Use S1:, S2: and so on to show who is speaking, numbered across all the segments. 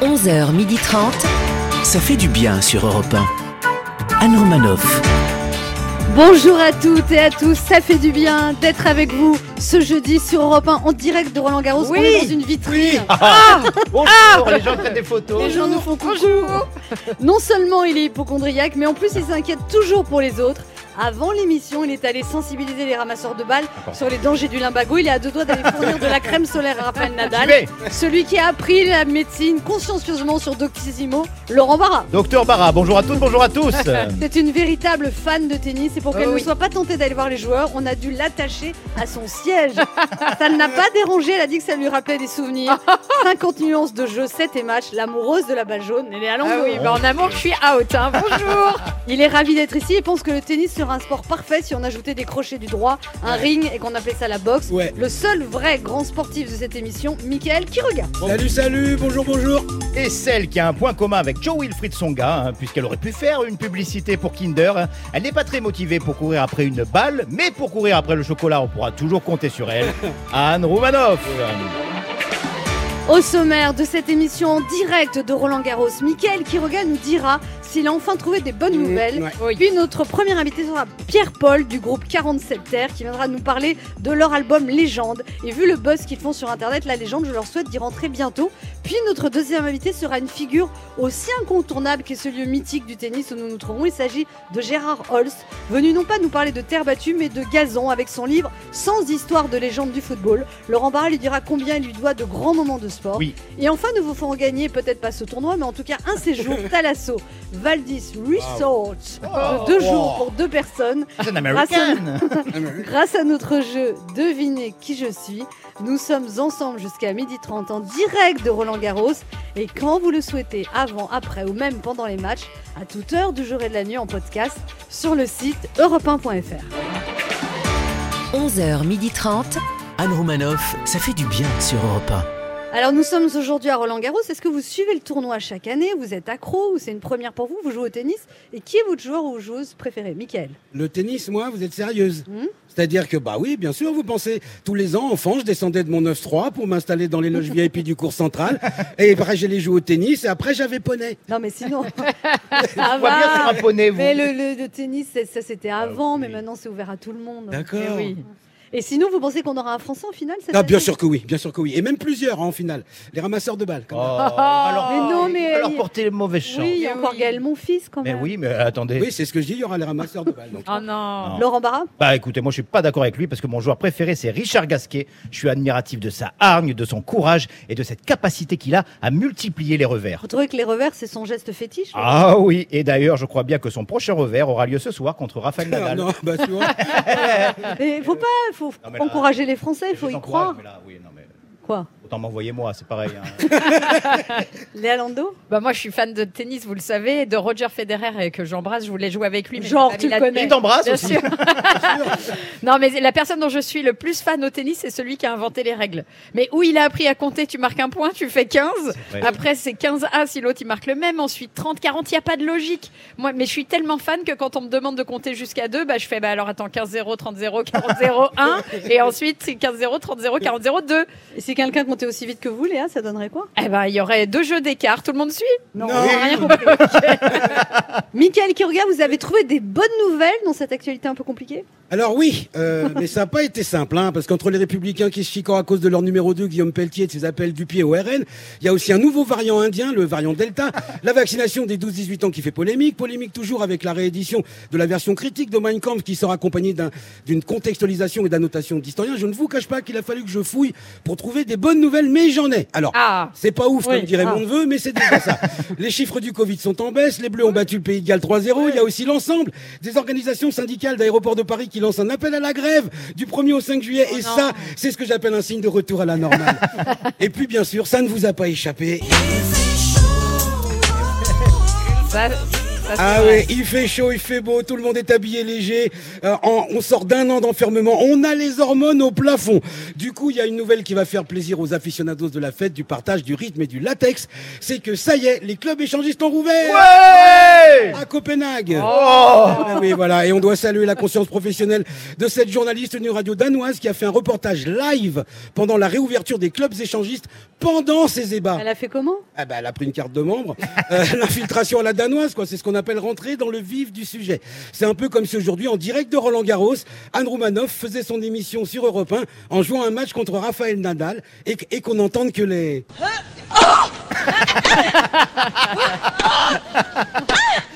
S1: 15h30.
S2: Ça fait du bien sur Europe 1. Anne Romanoff.
S3: Bonjour à toutes et à tous, ça fait du bien d'être avec vous ce jeudi sur Europe 1 en direct de Roland Garros.
S4: Oui.
S3: On est dans une vitrine.
S5: Oui
S6: Ah.
S5: Ah. Bonjour, les gens qui ont des photos.
S3: Les gens nous font coucou. Non seulement il est hypochondriaque, mais en plus il s'inquiète toujours pour les autres. Avant l'émission, il est allé sensibiliser les ramasseurs de balles sur les dangers du limbago. Il est à deux doigts d'aller fournir de la crème solaire à Rafael Nadal.
S5: J'y vais.
S3: Celui qui a appris la médecine consciencieusement sur Doctissimo, Laurent Barra.
S5: Docteur Barra, bonjour à toutes, bonjour à tous.
S3: C'est une véritable fan de tennis et pour qu'elle
S4: Oh
S3: ne
S4: oui.
S3: soit pas tentée d'aller voir les joueurs, on a dû l'attacher à son siège. ça ne l'a pas dérangé, elle a dit que ça lui rappelait des souvenirs. 50 nuances de jeu, 7 et match, l'amoureuse de la balle jaune, elle est à
S4: Ah
S3: l'envers.
S4: oui, bah en amour, je suis out. hein. Bonjour.
S3: Il est ravi d'être ici et pense que le tennis serait un sport parfait si on ajoutait des crochets du droit, un ring et qu'on appelait ça la boxe.
S6: Ouais.
S3: Le seul vrai grand sportif de cette émission, Michael, qui regarde.
S6: Salut, salut, bonjour, bonjour.
S5: Et celle qui a un point commun avec Joe Wilfried Songa, hein, puisqu'elle aurait pu faire une publicité pour Kinder, hein. elle n'est pas très motivée pour courir après une balle, mais pour courir après le chocolat, on pourra toujours compter sur elle. Anne Roumanoff.
S3: Au sommaire de cette émission en direct de Roland Garros, Michael Quiroga nous dira s'il a enfin trouvé des bonnes
S6: Mmh,
S3: nouvelles.
S6: ouais.
S4: Oui.
S3: Puis notre premier invité sera Pierre Paul du groupe 47 Terre qui viendra nous parler de leur album Légende. Et vu le buzz qu'ils font sur internet, la légende, je leur souhaite d'y rentrer bientôt. Puis notre deuxième invité sera une figure aussi incontournable qu'est ce lieu mythique du tennis où nous nous trouvons. Il s'agit de Gérard Holst, venu non pas nous parler de terre battue mais de gazon avec son livre Sans histoire de légende du football. Laurent Barra lui dira combien il lui doit de grands moments de sport.
S5: Oui.
S3: Et enfin, nous vous ferons gagner peut-être pas ce tournoi, mais en tout cas un séjour Thalasso Valdis Resort de deux
S5: Wow.
S3: jours pour deux personnes.
S5: C'est une
S3: Grâce à,
S5: américaine.
S3: grâce à notre jeu Devinez qui je suis, nous sommes ensemble jusqu'à 12h30 en direct de Roland Garros. Et quand vous le souhaitez, avant, après ou même pendant les matchs, à toute heure du jour et de la nuit en podcast sur le site europe 1.fr.
S1: 11h30.
S2: Anne Romanoff, ça fait du bien sur Europe 1.
S3: Alors nous sommes aujourd'hui à Roland Garros. Est-ce que vous suivez le tournoi chaque année Vous êtes accro ou c'est une première pour vous Vous jouez au tennis Et qui est votre joueur ou joueuse préférée Michael
S6: Le tennis, moi, vous êtes sérieuse.
S3: Hmm
S6: C'est-à-dire que, bah oui, bien sûr, vous pensez, tous les ans, enfant, je descendais de mon 9-3 pour m'installer dans les loges VIP du cours central. Et après, j'allais jouer au tennis. Et après, j'avais poney.
S3: Non mais sinon, ça
S5: On voit bien sur
S3: va.
S5: un poney, vous. Ah
S3: Mais le, le- le tennis, c'est- ça c'était avant, mais
S5: oui.
S3: maintenant c'est ouvert à tout le monde.
S6: D'accord.
S3: Eh oui. Et sinon, vous pensez qu'on aura un Français en finale cette
S6: Ah, bien
S3: année
S6: sûr que oui, bien sûr que oui. Et même plusieurs, hein, en finale. Les ramasseurs de balles.
S5: Oh,
S6: quand même.
S5: alors,
S3: Mais non, mais-
S5: alors porter le mauvais champ.
S3: Oui, il y a
S4: Mais
S3: encore
S4: oui.
S3: Gaël Monfils quand
S5: Mais
S3: même.
S5: oui, mais attendez.
S6: Oui, c'est ce que je dis, il y aura les ramasseurs de balles. donc.
S4: Oh non.
S3: Laurent Barra
S5: Bah écoutez, moi je suis pas d'accord avec lui parce que mon joueur préféré c'est Richard Gasquet. Je suis admiratif de sa hargne, de son courage et de cette capacité qu'il a à multiplier les revers.
S3: Vous trouvez que les revers, c'est son geste fétiche
S5: Ah oui, et d'ailleurs je crois bien que son prochain revers aura lieu ce soir contre Rafael
S6: Ah,
S5: Nadal.
S6: non, bah, tu vois.
S3: Mais faut pas, faut
S5: Non, mais là-
S3: encourager les Français, il
S5: Je
S3: faut y
S5: t'encourage,
S3: croire.
S5: mais là, oui, non, mais
S3: Quoi
S5: Autant m'envoyer moi, c'est pareil. hein.
S3: Léa Lando
S4: Bah moi, je suis fan de tennis, vous le savez, de Roger Federer et que j'embrasse. Je voulais jouer avec lui. mais
S3: Genre,
S4: j'ai pas
S3: tu
S4: mis
S3: le
S4: la
S3: connais.
S5: Il
S4: tête.
S5: t'embrasse
S4: Bien
S5: aussi.
S4: sûr. non, mais la personne dont je suis le plus fan au tennis, c'est celui qui a inventé les règles. Mais où il a appris à compter, tu marques un point, tu fais 15.
S5: vrai.
S4: Après, c'est 15 A si l'autre il marque le même. Ensuite, 30, 40, il n'y a pas de logique. Moi, mais je suis tellement fan que quand on me demande de compter jusqu'à 2, bah, je fais, bah, alors attends, 15, 0, 30, 0, 40, 0, 1. Et ensuite, c'est 15, 0, 30, 0, 40, 0, 2.
S3: Et si quelqu'un comptait aussi vite que vous, Léa, ça donnerait quoi
S4: Eh ben, il y aurait deux jeux d'écart. Tout le monde suit.
S3: Non,
S6: Non.
S3: on n'a rien compris. Michael Kiroga, vous avez trouvé des bonnes nouvelles dans cette actualité un peu compliquée
S6: Alors oui, euh, mais ça n'a pas été simple, hein, parce qu'entre les républicains qui se chicorent à cause de leur numéro 2, Guillaume Pelletier, et de ses appels du pied au RN, il y a aussi un nouveau variant indien, le variant Delta, la vaccination des 12-18 ans qui fait polémique, polémique toujours avec la réédition de la version critique de Mein Kampf qui sera accompagnée d'un- d'une contextualisation et d'annotation d'historien. Je ne vous cache pas qu'il a fallu que je fouille pour trouver des bonnes nouvelles, mais j'en ai. Alors,
S4: Ah.
S6: c'est pas ouf,
S4: Oui,
S6: comme dirait
S4: ah.
S6: mon neveu, mais c'est déjà ça. Les chiffres du Covid sont en baisse, les Bleus ont battu le Pays de Galles 3-0, il y a aussi l'ensemble des organisations syndicales d'aéroports de Paris qui lancent un appel à la grève du 1er au 5 juillet, et
S4: non.
S6: ça, c'est ce que j'appelle un signe de retour à la normale. et puis, bien sûr, ça ne vous a pas échappé.
S4: Ça, Ça, c'est
S6: Ah
S4: vrai.
S6: oui, il fait chaud, il fait beau, tout le monde est habillé léger. Euh, en- on sort d'un an d'enfermement, on a les hormones au plafond. Du coup, il y a une nouvelle qui va faire plaisir aux aficionados de la fête, du partage, du rythme et du latex. C'est que ça y est, les clubs échangistes ont rouvert
S5: Ouais
S6: à Copenhague.
S5: Oh
S6: Ah oui, voilà. Et on doit saluer la conscience professionnelle de cette journaliste d'une radio danoise qui a fait un reportage live pendant la réouverture des clubs échangistes pendant ces débats.
S3: Elle a fait comment
S6: Ah bah, elle a pris une carte de membre. Euh, L'infiltration à la danoise, quoi. C'est ce qu'on appelle rentrer dans le vif du sujet. C'est un peu comme si aujourd'hui, en direct de Roland Garros, Anne Roumanoff faisait son émission sur Europe 1 en jouant un match contre Raphaël Nadal et, et qu'on n'entende que les.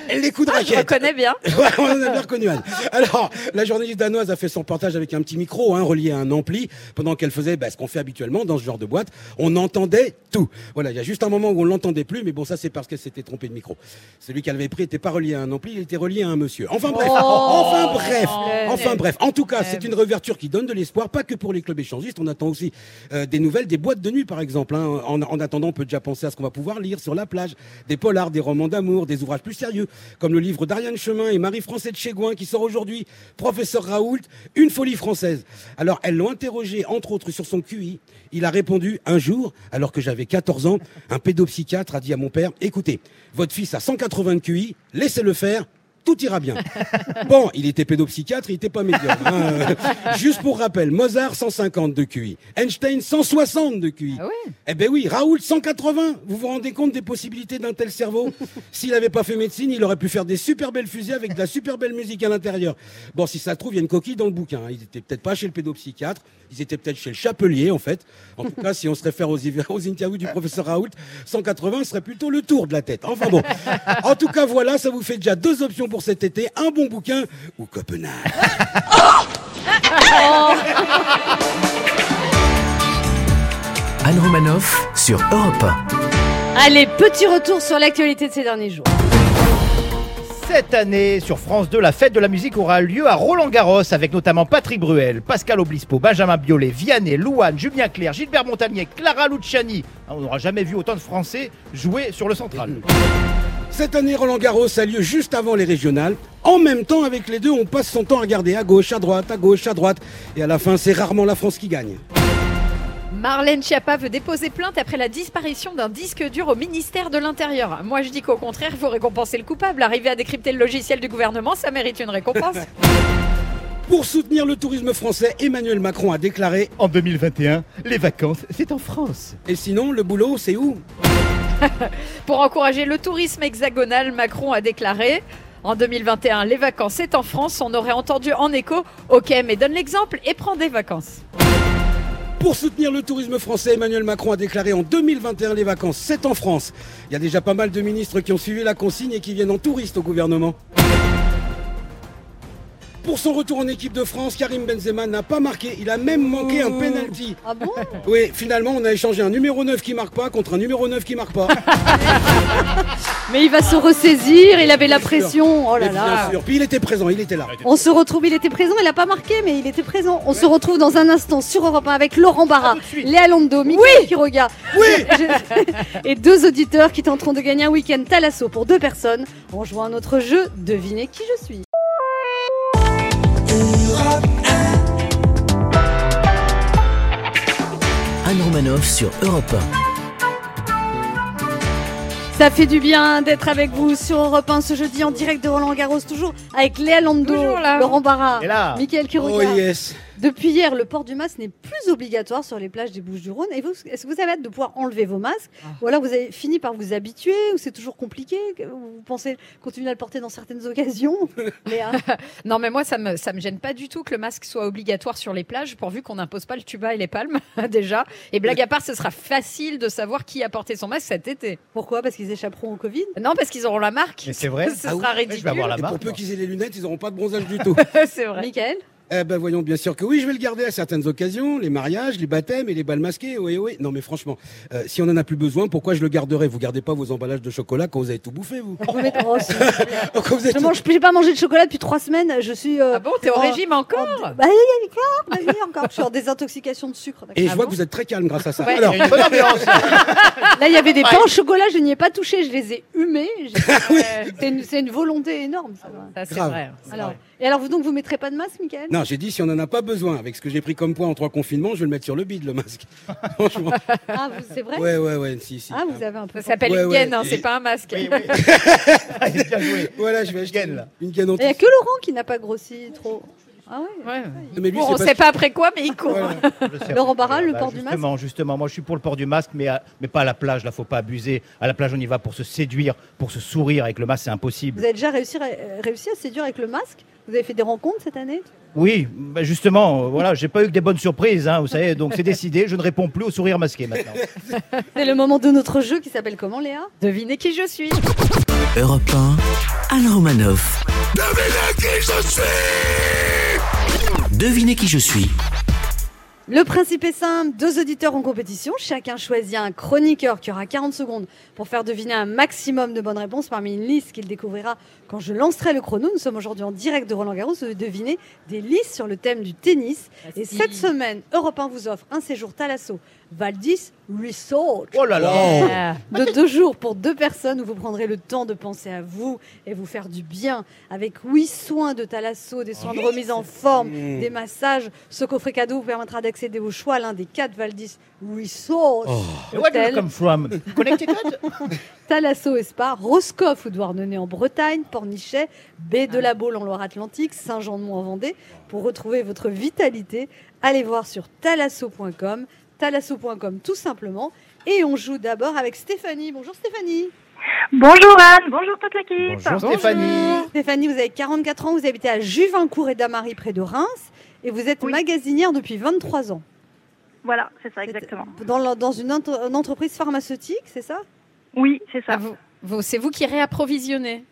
S6: Les coups de
S4: Ah, je
S6: raquette.
S4: reconnais bien.
S6: Ouais, on en a bien reconnu Anne. Alors, la journaliste danoise a fait son reportage avec un petit micro hein, relié à un ampli pendant qu'elle faisait bah, ce qu'on fait habituellement dans ce genre de boîte. On entendait tout. Voilà, il y a juste un moment où on l'entendait plus, mais bon, ça c'est parce qu'elle s'était trompée de micro. Celui qu'elle avait pris n'était pas relié à un ampli, il était relié à un monsieur. Enfin bref,
S5: Oh.
S6: enfin bref,
S5: Euh,
S6: enfin bref. En tout cas, c'est une réouverture qui donne de l'espoir, pas que pour les clubs échangistes. On attend aussi euh, des nouvelles des boîtes de nuit, par exemple. hein. En, en attendant, on peut déjà penser à ce qu'on va pouvoir lire sur la plage. Des polars, des romans d'amour, des ouvrages plus sérieux, comme le livre d'Ariane Chemin et Marie-Française Chégoin, qui sort aujourd'hui, Professeur Raoult, Une folie française. Alors, elles l'ont interrogé, entre autres, sur son QI. Il a répondu, un jour, alors que j'avais 14 ans, un pédopsychiatre a dit à mon père, écoutez, votre fils a 180 de QI, laissez-le faire, tout ira bien. Bon, il était pédopsychiatre, il était pas médium. hein. Euh, Juste pour rappel, Mozart 150 de QI, Einstein 160 de QI. Eh ben oui, Raoul 180. Vous vous rendez compte des possibilités d'un tel cerveau S'il n'avait pas fait médecine, il aurait pu faire des super belles fusées avec de la super belle musique à l'intérieur. Bon, si ça se trouve, il y a une coquille dans le bouquin. hein. Ils étaient peut-être pas chez le pédopsychiatre, ils étaient peut-être chez le chapelier en fait. En tout cas, si on se réfère aux, aux interviews du professeur Raoult, 180 serait plutôt le tour de la tête. Enfin bon. En tout cas, voilà, ça vous fait déjà deux options pour cet été, un bon bouquin ou Copenhague. Oh.
S2: Anne Romanoff sur Europe 1.
S3: Allez, petit retour sur l'actualité de ces derniers jours.
S5: Cette année, sur France 2, la fête de la musique aura lieu à Roland-Garros avec notamment Patrick Bruel, Pascal Obispo, Benjamin Biolay, Vianney, Louane, Julien Clerc, Gilbert Montagnier, Clara Luciani. Ah, On n'aura jamais vu autant de Français jouer sur le central.
S6: Cette année, Roland Garros a lieu juste avant les régionales. En même temps, avec les deux, on passe son temps à regarder à gauche, à droite, à gauche, à droite. Et à la fin, c'est rarement la France qui gagne.
S4: Marlène Schiappa veut déposer plainte après la disparition d'un disque dur au ministère de l'Intérieur. Moi, je dis qu'au contraire, il faut récompenser le coupable. Arriver à décrypter le logiciel du gouvernement, ça mérite une récompense.
S6: Pour soutenir le tourisme français, Emmanuel Macron a déclaré
S5: En 2021, les vacances, c'est en France.
S6: Et sinon, le boulot, c'est où
S4: Pour encourager le tourisme hexagonal, Macron a déclaré En 2021, les vacances, c'est en France. On aurait entendu en écho Ok, mais donne l'exemple et prends des vacances.
S6: Pour soutenir le tourisme français, Emmanuel Macron a déclaré en 2021 les vacances, c'est en France. Il y a déjà pas mal de ministres qui ont suivi la consigne et qui viennent en touriste au gouvernement. Pour son retour en équipe de France, Karim Benzema n'a pas marqué, il a même manqué un penalty.
S3: Ah bon
S6: Oui, finalement, on a échangé un numéro 9 qui marque pas contre un numéro 9 qui marque pas.
S3: Mais il va se ressaisir, il avait la pression. Oh
S6: Mais
S3: là
S6: bien
S3: là.
S6: sûr. Puis il était présent, il était là.
S3: On se retrouve, il était présent, il a pas marqué, mais il était présent. On se retrouve dans un instant sur Europe 1 avec Laurent
S6: Ah,
S3: Barra, Léa Londo, Mickaël Quiroga
S6: Oui
S3: je- et deux auditeurs qui tenteront de gagner un week-end Talasso pour deux personnes en jouant à notre jeu Devinez qui je suis.
S2: Anne Romanoff sur Europe
S3: Ça fait du bien d'être avec vous sur Europe 1 ce jeudi en direct de Roland Garros, toujours avec Léa Lando,
S4: Toujours là.
S3: Laurent Barra,
S5: Et là
S3: Mickaël
S6: Oh
S3: Quiroga.
S6: yes
S3: Depuis hier, le port du masque n'est plus obligatoire sur les plages des Bouches-du-Rhône. Et vous, est-ce que vous avez hâte de pouvoir enlever vos masques Ou alors vous avez fini par vous habituer Ou c'est toujours compliqué Vous pensez continuer à le porter dans certaines occasions hein. Léa
S4: Non, mais moi, ça me, ça me gêne pas du tout que le masque soit obligatoire sur les plages, pourvu qu'on n'impose pas le tuba et les palmes, déjà. Et blague à part, ce sera facile de savoir qui a porté son masque cet été.
S3: Pourquoi Parce qu'ils échapperont au Covid
S4: Non, parce qu'ils auront la marque.
S5: Mais c'est vrai Ah
S4: Ce sera
S5: Je vais
S4: ridicule.
S5: avoir la
S6: Et pour
S5: marque.
S6: peu
S5: moi.
S6: qu'ils aient les lunettes, ils n'auront pas de bronzage du tout.
S4: c'est vrai.
S3: Michael
S6: Eh ben voyons, bien sûr que oui, je vais le garder à certaines occasions, les mariages, les baptêmes et les balles masquées, oui, oui. Non mais franchement, euh, si on en a plus besoin, pourquoi je le garderais Vous gardez pas vos emballages de chocolat quand vous avez tout bouffé, vous
S3: Non, mais- oh, s'il vous plaît.
S6: Quand vous
S3: Je
S6: êtes-
S3: mange, j'ai pas mangé de chocolat depuis trois semaines. Je suis. euh,
S4: Ah bon, t'es au
S3: Oh.
S4: régime encore
S3: bah, il y a encore, bah, il y a encore. Je suis en désintoxication de sucre. d'accord.
S6: Et je
S4: Ah
S6: vois
S4: bon
S6: que vous êtes très calme grâce à ça.
S4: Ouais.
S6: Alors,
S5: Il y a une bonne ambiance.
S3: Là, il y avait des pains au chocolat, je n'y ai pas touché, je les ai humés. J'ai-
S5: Ah
S3: euh,
S4: Ouais,
S3: C'est une, c'est une volonté énorme, ça. va.
S4: ça, c'est
S6: Grave.
S4: vrai. c'est
S3: Alors,
S4: vrai.
S3: et alors, vous donc, vous mettrez pas de masque, Michael
S6: non, j'ai dit si on en a pas besoin, avec ce que j'ai pris comme poids en trois confinements, je vais le mettre sur le bide, le masque. Franchement.
S3: Ah, vous- c'est vrai
S6: Ouais, ouais, ouais, si, si.
S3: Ah, vous avez un peu.
S4: Ça s'appelle
S6: Ouais,
S4: une
S6: ouais.
S4: gaine, hein, c'est pas un masque.
S5: Oui, oui. Allez, Ah, bien joué.
S6: Voilà, je vais acheter
S5: Gaine,
S6: une,
S5: là.
S6: une gaine
S3: Il n'y a
S6: entière.
S3: que Laurent qui n'a pas grossi trop. Ah ouais
S4: Ouais.
S6: Mais lui,
S4: Bon,
S6: c'est
S4: on
S6: parce
S4: sait pas après quoi, mais il court.
S5: Je sais.
S3: Laurent Barra, le
S5: Bah,
S3: port du masque
S5: Justement, justement, moi je suis pour le port du masque, mais, à- mais pas à la plage, là faut pas abuser. À la plage on y va pour se séduire, pour se sourire, avec le masque c'est impossible.
S3: Vous avez déjà réussi, à- réussi à séduire avec le masque Vous avez fait des rencontres cette année
S5: Oui, bah, justement, euh, voilà, j'ai pas eu que des bonnes surprises, hein, vous savez, donc c'est décidé, je ne réponds plus au sourire masqué maintenant.
S3: C'est le moment de notre jeu qui s'appelle comment, Léa
S4: Devinez qui je suis.
S2: Europe 1, Alain Romanoff. Devinez qui je suis Devinez qui je suis.
S3: Le principe est simple, deux auditeurs en compétition, chacun choisit un chroniqueur qui aura 40 secondes pour faire deviner un maximum de bonnes réponses parmi une liste qu'il découvrira quand je lancerai le chrono. Nous sommes aujourd'hui en direct de Roland Garros, vous devez deviner des listes sur le thème du tennis. Et cette semaine, Europe 1 vous offre un séjour Thalasso Valdis Resort
S5: Oh là là
S6: Oh.
S4: Ah.
S3: de deux jours pour deux personnes où vous prendrez le temps de penser à vous et vous faire du bien avec huit soins de thalasso, des
S5: Oh,
S3: soins de remise en forme,
S6: Mmh.
S3: des massages. Ce coffret cadeau vous permettra d'accéder au choix à l'un des quatre Valdis Resorts.
S5: Where do you
S3: Hôtel.
S5: come from Connecticut
S3: Thalasso et Spa, Roscoff ou Douarnenez en Bretagne, Pornichet, Baie de la Baule en Loire-Atlantique, Saint-Jean-de-Mont en Vendée. Pour retrouver votre vitalité, allez voir sur thalasso.com, thalasso.com tout simplement. Et on joue d'abord avec Stéphanie. Bonjour Stéphanie.
S1: Bonjour Anne, bonjour toute l'équipe.
S5: Bonjour Stéphanie
S3: Stéphanie, vous avez 44 ans, vous habitez à Juvincourt et Damary près de Reims et vous êtes
S1: Oui.
S3: magasinière depuis 23 ans.
S1: Voilà, c'est ça exactement.
S3: Dans, la- dans une, entre- une entreprise pharmaceutique, c'est ça
S1: Oui, c'est ça.
S4: Ah, vous- vous- c'est vous qui réapprovisionnez.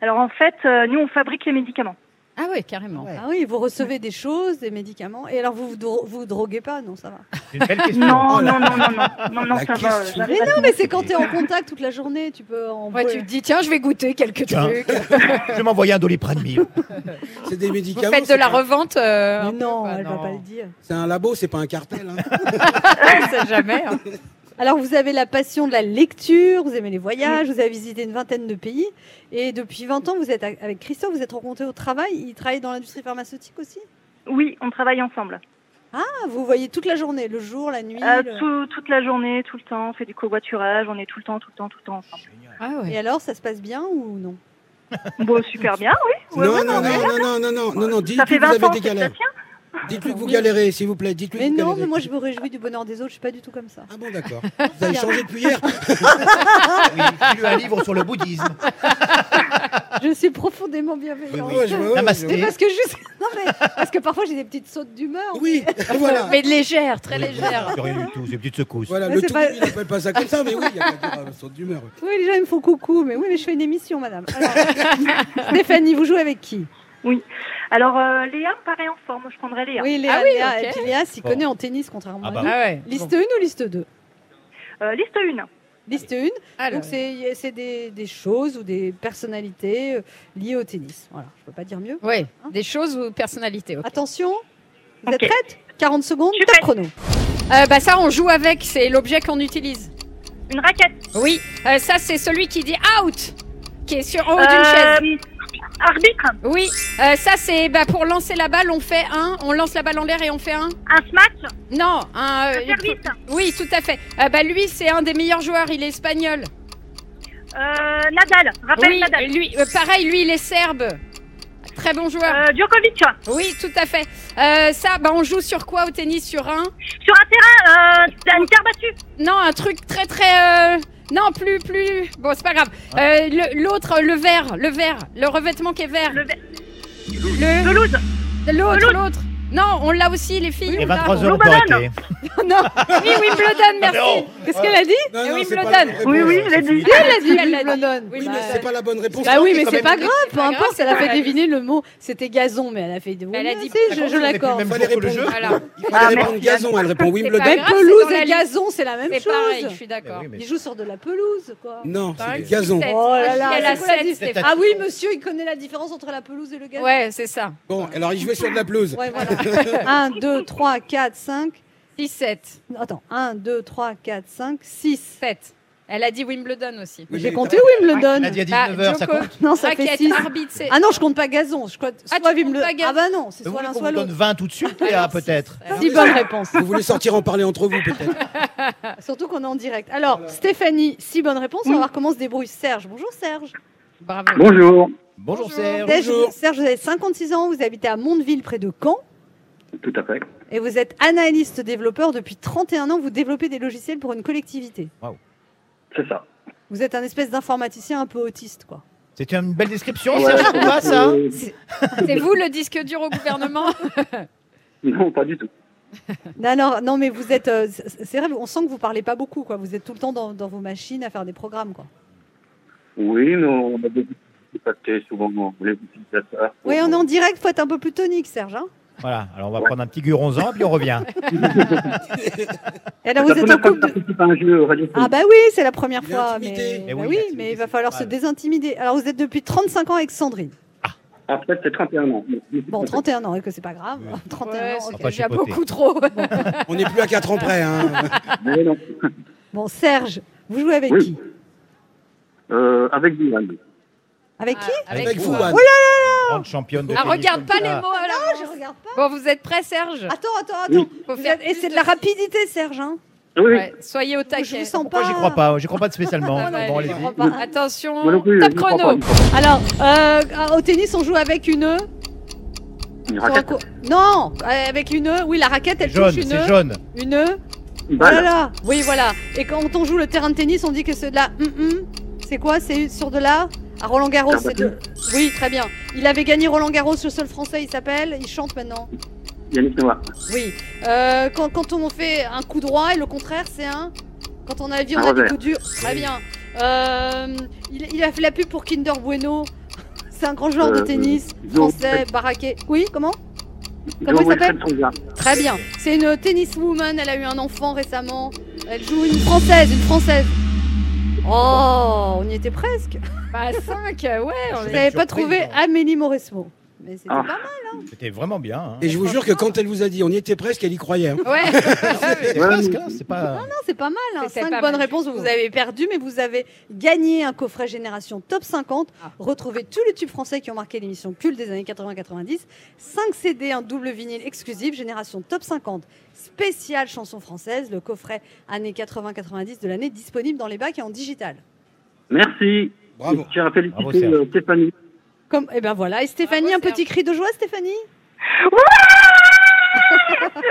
S1: Alors en fait, euh, nous on fabrique les médicaments.
S4: Ah oui, carrément.
S3: Ah oui, vous recevez des choses, des médicaments et alors vous vous, dro- vous droguez pas Non, ça va.
S5: C'est une belle question.
S1: Non,
S6: Oh là
S1: non, non, non, non, non, non,
S6: La
S1: ça va. euh,
S6: question.
S1: j'arrive
S3: Mais
S1: à
S3: non,
S1: tenir.
S3: mais c'est quand t'es en contact toute la journée, tu peux en
S4: Ouais, tu te dis, tiens, je vais goûter quelques
S5: Tiens.
S4: trucs.
S5: Je vais m'envoyer un doliprane mille.
S6: C'est des
S4: Vous
S6: médicaments.
S4: faites de
S6: c'est
S4: la
S6: pas-
S4: revente euh, un
S3: Mais
S4: peu,
S3: non,
S4: quoi,
S3: elle va
S4: non.
S3: pas le dire.
S6: C'est un labo, c'est pas un cartel. hein.
S4: On sait jamais. hein.
S3: Alors, vous avez la passion de la lecture, vous aimez les voyages, vous avez visité une vingtaine de pays. Et depuis 20 ans, vous êtes a- avec Christophe, vous êtes rencontrés au travail. Il travaille dans l'industrie pharmaceutique aussi
S1: Oui, on travaille ensemble.
S3: Ah, vous voyez toute la journée, le jour, la nuit.
S1: Euh,
S3: le-
S1: tout- toute la journée, tout le temps, on fait du covoiturage, on est tout le temps, tout le temps, tout le temps ensemble.
S4: Ah
S3: Et
S4: ouais.
S3: alors, ça se passe bien ou non
S1: Bon, super bien, oui. Ouais,
S6: non,
S1: ouais,
S6: non, non,
S1: ouais.
S6: non, non, non, non, non, non,
S1: Ça
S6: dites-lui que vous
S1: fait 20
S6: avez
S1: ans
S6: des
S1: que ça
S6: galères.
S1: tient.
S6: Dites-lui que vous galérez, s'il vous plaît. Dites-lui
S3: Mais
S6: que vous
S3: non,
S6: galérez.
S3: mais moi je me réjouis du bonheur des autres, je suis pas du tout comme ça.
S6: Ah bon, d'accord. Vous avez changé depuis hier
S5: Oui, j'ai lu un livre sur le bouddhisme.
S3: Je suis profondément bienveillante.
S6: Ouais, je vois, ouais,
S5: Namasté.
S6: je
S3: Mais parce que juste... non, mais parce que parfois j'ai des petites sautes d'humeur.
S6: vois. Oui, voilà.
S4: Mais légère, très
S5: Oui,
S4: légère.
S5: c'est Rien du tout, c'est une petite secousse.
S6: Voilà,
S3: Mais
S6: le
S3: c'est
S6: tout,
S3: pas-
S6: il appelle pas ça comme ça, mais oui, il y a pas de sorte d'humeur.
S3: Oui, les gens ils me font coucou, mais oui, mais je fais une émission, madame. Alors, Stéphanie, vous jouez avec qui
S1: Alors euh, Léa me paraît en forme, je prendrai Léa.
S3: Oui, Léa.
S4: Ah oui,
S3: Léa.
S4: ok.
S3: Et puis Léa s'y connaît en tennis, contrairement
S5: Ah bah
S3: à
S4: Ah
S3: nous.
S4: ouais.
S3: Liste
S4: Bon.
S3: 1 ou liste 2
S1: Euh, liste 1.
S3: Liste 1,
S4: Alors,
S3: donc c'est c'est des, des choses ou des personnalités euh, liées au tennis. Voilà, je peux pas dire mieux.
S1: Ah,
S4: ouais, des choses ou personnalités. ok.
S3: Hein Attention, vous
S1: Ok.
S3: êtes prête 40 secondes,
S1: Je suis
S3: top
S1: prête.
S3: chrono.
S4: Euh, bah ça, on joue avec. C'est l'objet qu'on utilise.
S1: Une raquette.
S4: Oui. Euh, ça, c'est celui qui dit out, qui est sur en haut d'une chaise.
S1: Euh, arbitre.
S4: Oui. Euh, ça, c'est bah, pour lancer la balle, on fait un. On lance la balle en l'air et on fait un.
S1: Un smash.
S4: Non, un. euh,
S1: Un service.
S4: Oui, tout à fait. Euh, bah lui, c'est un des meilleurs joueurs. Il est espagnol.
S1: Euh, Nadal. Rappel
S4: Oui,
S1: Nadal.
S4: lui, euh, pareil, lui, il est serbe. Très bon joueur.
S1: Euh, Djokovic.
S4: Oui, tout à fait. Euh, ça, bah, on joue sur quoi au tennis Sur un
S1: Sur un terrain, euh, une terre battue.
S4: Non, un truc très très. euh, Non, plus, plus. Bon, c'est pas grave. Euh, le- L'autre, le, vert, le vert, le revêtement qui est vert.
S1: Le ver-
S4: Le-
S1: Pelouse.
S4: L'autre,
S1: Pelouse.
S4: l'autre. Non, on l'a aussi, les filles.
S5: Et
S4: on l'a.
S5: 23 heures, Ah, on peut arrêter.
S3: non,
S4: Oui, Wimbledon, merci.
S3: qu'est-ce qu'elle a dit
S6: Non,
S4: Eh
S6: non,
S4: oui,
S6: c'est
S4: me
S6: pas
S4: le
S6: la
S4: donne.
S6: bonne
S1: oh. Oui,
S6: réponse,
S1: oui,
S6: ça,
S1: je l'ai
S6: Sophie.
S1: dit.
S3: Elle l'a dit, elle l'a dit.
S4: Wimbledon.
S6: Oui, mais c'est pas la bonne réponse.
S3: Bah oui, mais c'est pas
S5: même-
S3: grave, peu
S4: pas grave,
S3: importe, elle a
S4: c'est
S3: fait
S4: pas
S3: deviner le mot. C'était gazon, mais elle a fait deviner.
S4: Elle a dit-
S3: Si, je, je
S5: On est plus
S3: l'accorde.
S5: le même
S6: Fallait
S5: jour que le
S6: répondre.
S5: jeu.
S4: Voilà.
S6: Il fallait
S1: Ah,
S6: répondre
S1: merci,
S6: gazon, elle répond
S4: C'est
S6: Wimbledon.
S4: pas
S3: Mais
S4: grave, c'est
S3: pelouse
S4: dans la
S3: et
S4: liste.
S3: gazon, c'est la même
S4: C'est
S3: chose.
S4: pareil, je suis d'accord.
S5: Eh oui, mais-
S3: Il joue sur de la pelouse, quoi.
S6: Non,
S4: Pareil,
S6: c'est des gazons.
S4: sept.
S3: Oh là là,
S4: Elle a
S3: c'est quoi la
S4: sept,
S3: diff-
S4: Stéphane.
S3: Ah oui, monsieur, il connaît la différence entre la pelouse et le gazon.
S4: Ouais, c'est ça.
S6: Bon, alors il jouait sur de la pelouse.
S3: Ouais, voilà. 1, 2, 3, 4, 5.
S4: 6, 7.
S3: Attends, 1, 2, 3, 4, 5, 6.
S4: 7. Elle a dit Wimbledon aussi.
S6: Oui,
S3: J'ai
S6: mais
S3: compté
S5: Elle a
S3: Wimbledon.
S5: dit à
S4: Bah,
S5: 19h, ça
S4: Djoko-
S5: compte.
S3: Non, ça
S4: Ah, qui
S3: fait
S4: a
S3: 6.
S4: été arbitre, c'est-
S3: Ah non, je compte pas gazon. Je compte
S4: Ah,
S3: soit
S4: tu comptes
S3: Wimbledon.
S4: pas gazon.
S3: Ah bah non, c'est soit
S5: Vous voulez
S3: l'un
S5: qu'on
S3: soit
S5: vous donne
S3: l'autre.
S5: 20 tout de suite, Léa,
S4: Alors,
S5: peut-être
S4: six.
S3: Si bonne réponse.
S6: Vous voulez sortir en parler entre vous, peut-être
S3: Surtout qu'on est en direct. Alors, Stéphanie, si bonne réponse,
S5: Hmm.
S3: on va voir comment se débrouille Serge. Bonjour Serge.
S4: Bravo.
S7: Bonjour,
S5: Bonjour
S4: Bonjour.
S5: Serge.
S3: Serge,
S6: Bonjour.
S3: Serge, vous avez 56 ans, vous habitez à Mondeville près de Caen
S7: tout à fait.
S3: et vous êtes analyste développeur depuis 31 ans, vous développez des logiciels pour une collectivité.
S7: C'est ça.
S3: Vous êtes un espèce d'informaticien un peu autiste quoi.
S5: C'est une belle description,
S7: Ouais,
S5: Serge, ou pas ça
S7: euh,
S4: C'est vous le disque dur au gouvernement
S7: Non, pas du tout.
S3: Non, non, non, mais vous êtes euh, c'est- c'est vrai, on sent que vous parlez pas beaucoup quoi, vous êtes tout le temps dans, dans vos machines à faire des programmes quoi.
S7: Oui, mais on a beaucoup contacté souvent les utilisateurs.
S3: Oui, on est en direct, faut être un peu plus tonique Serge hein.
S5: Voilà, alors on va prendre un petit guronzan, puis on revient.
S3: Et alors
S7: C'est
S3: vous
S7: la
S3: êtes en
S7: première fois que je
S3: couple de
S7: participe à un jeu radio.
S3: Ah bah oui, c'est la première
S6: Il est
S3: fois
S6: intimidé.
S3: mais
S5: Eh
S3: bah
S5: oui,
S3: oui,
S5: l'intimidé,
S3: mais il va
S5: c'est
S3: falloir
S5: pas
S3: se
S5: mal.
S3: désintimider. Alors vous êtes depuis 35 ans avec Sandrine.
S7: Après, c'est 31 ans.
S3: Bon, 31 ans, et que c'est pas grave. 31
S4: Ouais,
S3: ans.
S4: c'est
S5: On va pas
S4: déjà
S5: chipoter.
S4: beaucoup trop.
S6: On n'est plus à 4 ans près. Hein.
S7: Mais non.
S3: Bon, Serge, vous jouez avec
S7: Oui.
S3: qui
S7: Euh, avec Dylan.
S3: Avec qui Oh
S6: Avec
S5: vous,
S4: Oh
S6: Fouad.
S5: Grande championne de
S4: Ah,
S5: tennis
S4: regarde pas
S5: comme
S4: les
S5: ça.
S4: mots à la
S3: Je regarde pas.
S4: Bon, vous êtes prêts, Serge
S3: Attends, attends, attends.
S7: Oui.
S4: Faut
S3: Vous
S4: faire
S3: êtes- Et
S4: plus
S3: c'est de la
S4: de-
S3: rapidité, Serge. Hein
S7: Oui,
S4: Ouais, Soyez au taquet.
S3: je vous sens euh,
S5: Moi,
S3: pas.
S5: j'y crois pas, j'y crois pas spécialement.
S4: Ah, ouais,
S5: Bon,
S4: j'y
S5: allez-y.
S4: crois
S3: pas.
S4: Attention,
S7: moi non plus.
S4: top
S7: je crois pas,
S4: chrono.
S7: je crois pas.
S3: Alors, euh, au tennis, on joue avec une. E
S7: Une raquette.
S3: Non, euh, avec une. Oui, la raquette,
S5: C'est
S3: elle
S5: jaune,
S3: touche une. E.
S5: c'est jaune.
S3: Une.
S7: Une
S3: Oh là
S7: balle.
S3: là. Oui, voilà. Et quand on joue le terrain de tennis, on dit que c'est de la. hum, hum. C'est quoi C'est sur de la. À Roland Garros,
S7: Terre
S3: c'est de. Oui, très bien. Il avait gagné Roland Garros, le seul français, il s'appelle. Il chante maintenant.
S7: Yannick Noah.
S3: Oui. Euh, quand, quand on fait un coup droit et le contraire, c'est un. Quand on a la vie, on
S7: Un
S3: a des
S7: revers.
S3: coups durs. Très bien. Euh, il, il a fait la pub pour Kinder Bueno. C'est un grand joueur de
S7: Euh,
S3: tennis
S7: Joe
S3: français,
S7: Wilfred.
S3: baraqué. Oui, comment Comment
S7: Joe
S3: il s'appelle
S7: Wilfred Songa.
S3: Très bien. C'est une tenniswoman. Elle a eu un enfant récemment. Elle joue une française, une française. Oh, on y était presque.
S4: Bah, 5, ouais. on
S5: Je
S3: Vous
S4: est-
S5: vais
S3: n'avez
S5: être
S3: pas
S5: surprise,
S3: trouvé
S5: hein.
S3: Amélie Mauresmo. Mais c'était
S7: Ah.
S3: pas mal.
S5: C'était vraiment bien. hein.
S6: Et je vous jure que quand elle vous a dit on y était presque, elle y croyait. hein.
S4: Ouais.
S3: Ah,
S5: C'est
S7: Ouais,
S5: presque,
S7: mais-
S5: hein, c'est pas.
S3: Non, c'est pas mal. Hein.
S4: C'était
S3: Cinq
S4: pas
S3: bonnes
S4: mal du
S3: réponses,
S4: tout.
S3: vous avez perdu, mais vous avez gagné un coffret Génération Top 50.
S4: Ah.
S3: Retrouvez tous les tubes français qui ont marqué l'émission culte des années 80-90. 5 CD, un double vinyle exclusif, Génération Top 50, spécial chanson française, le coffret années 80-90 de l'année disponible dans les bacs et en digital.
S7: Merci.
S6: Bravo.
S7: Je tiens à
S5: Bravo,
S7: féliciter
S5: Serge.
S7: euh, Stéphanie.
S3: Comme, et ben voilà. Et Stéphanie,
S1: Ah,
S4: Bravo,
S3: un petit cri de joie, Stéphanie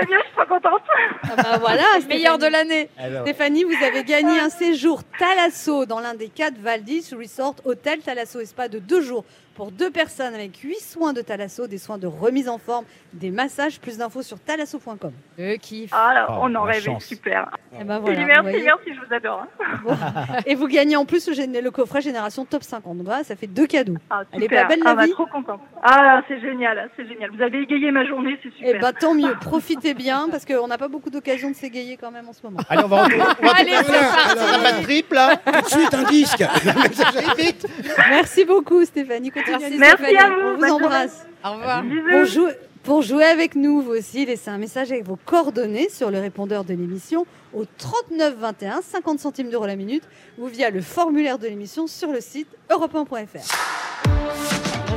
S1: C'est bien, je suis pas contente.
S3: Ah ben voilà,
S4: Meilleur de
S3: Stéphanie.
S4: l'année.
S5: Alors,
S3: Stéphanie, vous avez gagné un séjour Talasso dans l'un des quatre Valdis Resort Hôtel Talasso et Spa de deux jours pour deux personnes avec huit soins de Talasso, des soins de remise en forme, des massages. Plus d'infos sur talasso.com.
S4: Le kiff.
S1: Ah là,
S5: Oh,
S1: on en
S5: la
S1: rêvait,
S5: chance.
S1: super.
S3: Et ben voilà,
S1: Et
S3: vous
S1: merci,
S3: voyez.
S1: merci, je vous adore. hein.
S3: Et vous gagnez en plus le, gén- le coffret Génération Top 50. Voilà, ça fait deux cadeaux.
S1: Ah, super.
S3: Elle est pas belle, la
S1: ah, bah,
S3: vie
S1: trop contente. Ah, c'est génial, c'est génial. Vous avez égayé ma journée, c'est
S3: Et
S1: super.
S3: ben tant mieux, profitez bien parce qu'on n'a pas beaucoup d'occasions de s'égayer quand même en ce moment.
S5: allez, on va retourner. On va
S4: Allez, c'est
S6: Voilà,
S4: parti.
S5: on va
S6: alors,
S5: pas de triple, hein. là.
S6: tout de suite un disque.
S5: Vite, vite.
S3: Merci beaucoup Stéphanie.
S4: Merci,
S3: Continuez Stéphanie.
S1: merci à vous.
S3: On vous
S1: Bonne journée.
S3: embrasse.
S4: Au revoir.
S1: Bisous.
S3: Pour jouer, pour jouer avec nous, vous aussi, laissez un message avec vos coordonnées sur le répondeur de l'émission au 39 21, 50 centimes d'euros la minute, ou via le formulaire de l'émission sur le site europe 1.fr.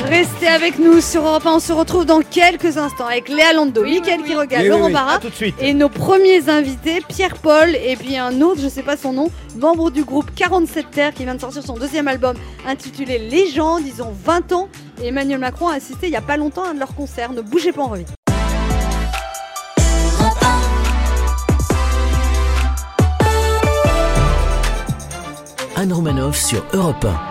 S3: Restez avec nous sur Europe 1. On se retrouve dans quelques instants avec Léa Lando,
S4: Oui, oui,
S3: Mickaël
S4: oui.
S3: Quiroga,
S6: Oui, oui,
S3: Laurent
S6: oui.
S3: Barra
S5: Eh À tout de suite.
S3: et nos premiers invités, Pierre-Paul et puis un autre, je sais pas son nom, membre du groupe 47 Terre qui vient de sortir son deuxième album intitulé Légende. Ils ont 20 ans et Emmanuel Macron a assisté il y a pas longtemps à un de leurs concerts. Ne bougez pas en revue.
S2: Anne Romanoff sur Europe 1.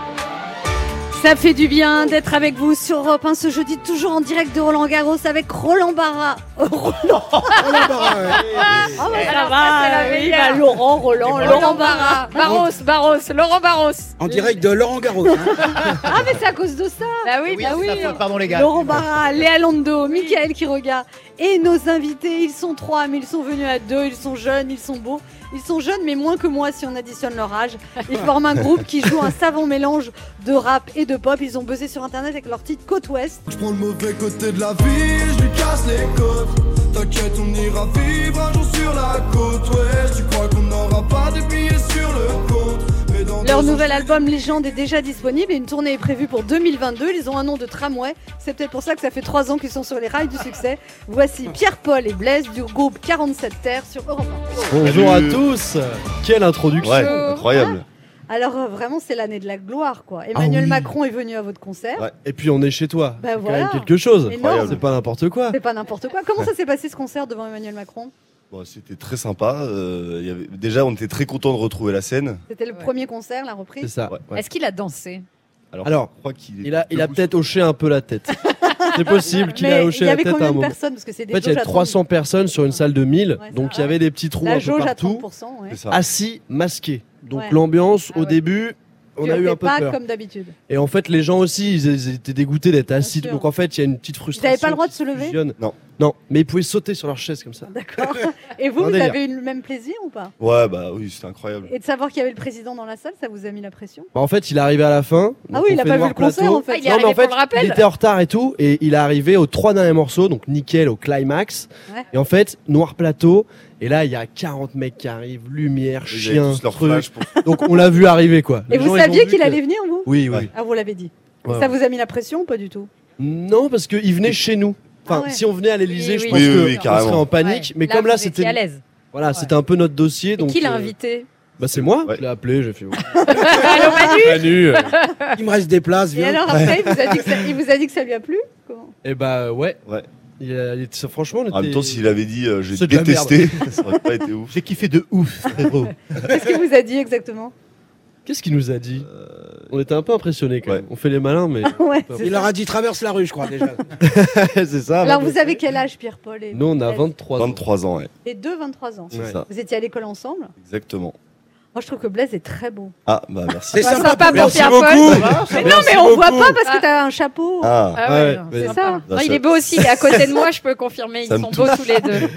S3: Ça fait du bien d'être avec vous sur Europe 1 ce jeudi, toujours en direct de Roland Garros avec Roland Barra. Roland. Ah ouais,
S4: Alors,
S3: ça va,
S4: ça, c'est la
S3: euh,
S4: meilleure.
S3: il y a Laurent, Roland, Laurent
S4: Laurent
S3: Barra.
S4: Barra. Barros, Barros, Laurent Barros.
S6: En direct de Laurent Garros. hein.
S3: Ah, mais c'est à cause de ça.
S4: Bah oui,
S5: Oui,
S4: bah oui.
S5: c'est ta faute, pardon les gars.
S3: Laurent Barra, Léa Lando, Michael Quiroga et nos invités, ils sont trois, mais ils sont venus à deux, ils sont jeunes, ils sont beaux. Ils sont jeunes, mais moins que moi si on additionne leur âge. Ils forment un groupe qui joue un savant mélange de rap et de pop. Ils ont buzzé sur internet avec leur titre Côte Ouest.
S8: Je prends le mauvais côté de la vie, je lui casse les côtes. T'inquiète, on ira vivre un jour sur la côte ouest. Tu crois qu'on n'aura pas de billets sur le compte? Mais dans
S3: Leur
S8: deux ans,
S3: nouvel album Légende est déjà disponible et une tournée est prévue pour 2022. Ils ont un nom de tramway. C'est peut-être pour ça que ça fait trois ans qu'ils sont sur les rails du succès. Voici Pierre-Paul et Blaise du groupe 47 Terres sur Europe 1.
S9: Bonjour
S5: Salut.
S9: à tous Quelle introduction
S5: Ouais.
S9: Incroyable Ah
S3: Alors euh, vraiment, c'est l'année de la gloire, quoi. Emmanuel
S9: oui.
S3: Macron est venu à votre concert.
S9: Ouais. Et puis on est chez toi
S3: Ah. Bah
S9: C'est
S3: voilà.
S9: quand même quelque chose
S3: Énorme.
S9: C'est pas n'importe quoi
S3: C'est pas n'importe quoi. Comment ça s'est passé ce concert devant Emmanuel Macron
S10: Bon, c'était très sympa. euh, il y avait- Déjà, on était très content de retrouver la scène.
S3: C'était le
S4: Ouais.
S3: premier concert, la
S9: C'est
S3: reprise.
S9: ça
S10: Ouais.
S9: Ouais.
S4: Est-ce qu'il a dansé
S10: Alors,
S9: Alors,
S10: je crois qu'il est
S9: Il a, il a
S10: debout
S9: peut-être hoché un peu la tête C'est possible qu'il
S3: Mais
S9: a
S3: il
S9: hoché
S3: y
S9: la
S3: avait
S9: tête à
S3: combien
S9: un
S3: de
S9: moment
S3: personnes Parce que c'est des
S9: En fait il y
S3: jauges à
S9: avait 300 personnes sur une salle de 1000
S3: Ouais, ça
S9: Donc il y
S3: va.
S9: avait des petits trous
S3: La
S9: un peu
S3: jauge à
S9: partout
S3: 30%. ouais.
S10: C'est ça.
S9: Assis, masqués Donc
S3: Ouais.
S9: l'ambiance
S4: Ah
S9: au
S4: ouais.
S9: début on
S3: Tu
S9: a eu
S3: fais
S9: un peu
S3: pas
S9: peur.
S3: comme d'habitude.
S9: Et en fait, les gens aussi, ils, ils étaient dégoûtés d'être assis.
S3: sûr.
S9: Donc en fait, il y a une petite frustration.
S3: pas le droit
S9: qui
S3: de se lever
S9: fusionne.
S10: Non.
S9: Non, mais ils pouvaient sauter sur leur chaise comme ça.
S3: D'accord. Et vous,
S9: Un
S3: vous
S9: délire.
S3: avez eu le même plaisir ou pas
S10: Ouais, bah oui, c'était incroyable.
S3: Et de savoir qu'il y avait le président dans la salle, ça vous a mis la pression
S9: Bah, en fait, il est arrivé à la fin.
S3: Ah
S9: Donc,
S3: oui,
S9: on
S3: il a
S9: fait
S3: pas
S9: le
S3: vu le
S9: plateau.
S3: concert en fait.
S4: Ah, Il est
S9: Non, mais en
S4: arrivé
S9: fait,
S4: pour le rappel.
S9: il était en retard et tout, et il est arrivé aux trois derniers morceaux, donc nickel au climax.
S3: Ouais.
S9: Et en fait, noir plateau, et là, il y a 40 mecs qui arrivent, lumière,
S10: Ils avaient
S9: chien,
S10: tous leur
S9: truc.
S10: flash pour
S9: Donc on l'a vu arriver quoi.
S3: Et
S9: Les gens,
S3: vous
S9: ils ont
S3: saviez
S9: vu
S3: qu'il
S9: que-
S3: allait venir, vous
S9: Oui, oui.
S3: Ah, vous l'avez dit.
S9: Ouais,
S3: Ça
S9: ouais.
S3: vous a mis la pression ou pas du tout
S9: Non, parce qu'il venait chez nous. Enfin,
S3: Ah ouais.
S9: si on venait à l'Elysée,
S4: Oui,
S9: je
S4: oui,
S9: pense
S10: oui,
S9: que
S10: oui,
S9: on
S10: carrément.
S9: serait en panique. Mais comme là, c'était
S4: à l'aise.
S9: voilà, c'était un peu notre dossier.
S4: Et
S9: Donc
S4: qui l'a
S9: euh,
S4: invité
S9: Bah c'est moi
S10: Ouais.
S9: je l'ai appelé, j'ai fait. Manu.
S6: Il me reste des places,
S3: Et
S6: viens.
S3: alors après, il vous a dit que ça, il vous a dit que ça lui a plu Comment
S9: Et bah ouais.
S10: Ouais.
S9: Il a- il était- franchement, on
S10: En même
S9: était-
S10: temps, s'il avait dit euh, j'ai
S9: C'est de la
S10: détesté, ça aurait pas été ouf.
S5: J'ai kiffé de ouf, frérot.
S3: Qu'est-ce qu'il vous a dit exactement
S9: qu'est-ce qu'il nous a dit On était un peu impressionnés quand
S10: Euh, Ouais.
S9: même. On fait les malins, mais
S3: Ouais.
S6: Il leur a dit traverse la rue, je crois déjà.
S9: c'est ça.
S3: Alors
S9: bah,
S3: vous avez quel âge, Pierre-Paul et
S9: Nous, on a
S3: Blaise
S9: 23 ans.
S10: 23 ans, ouais.
S3: Les deux, 23 ans.
S10: C'est
S9: Ouais.
S10: ça,
S3: Vous étiez à l'école ensemble
S10: exactement.
S3: Moi, je trouve que Blaise est très beau.
S10: Ah, bah merci.
S6: C'est
S4: Bah,
S6: sympa,
S4: sympa
S6: pour
S4: pour
S6: merci
S4: Pierre
S6: beaucoup.
S3: Mais non, mais on voit pas parce que t'as un chapeau.
S10: Ah,
S4: Ah
S9: ouais,
S4: ouais, non,
S9: mais-
S4: c'est
S3: C'est
S4: sympa.
S10: ça.
S4: Non, il est beau aussi, il est à côté de moi, je peux confirmer. Ils
S10: Ça me
S4: sont beaux tous les deux.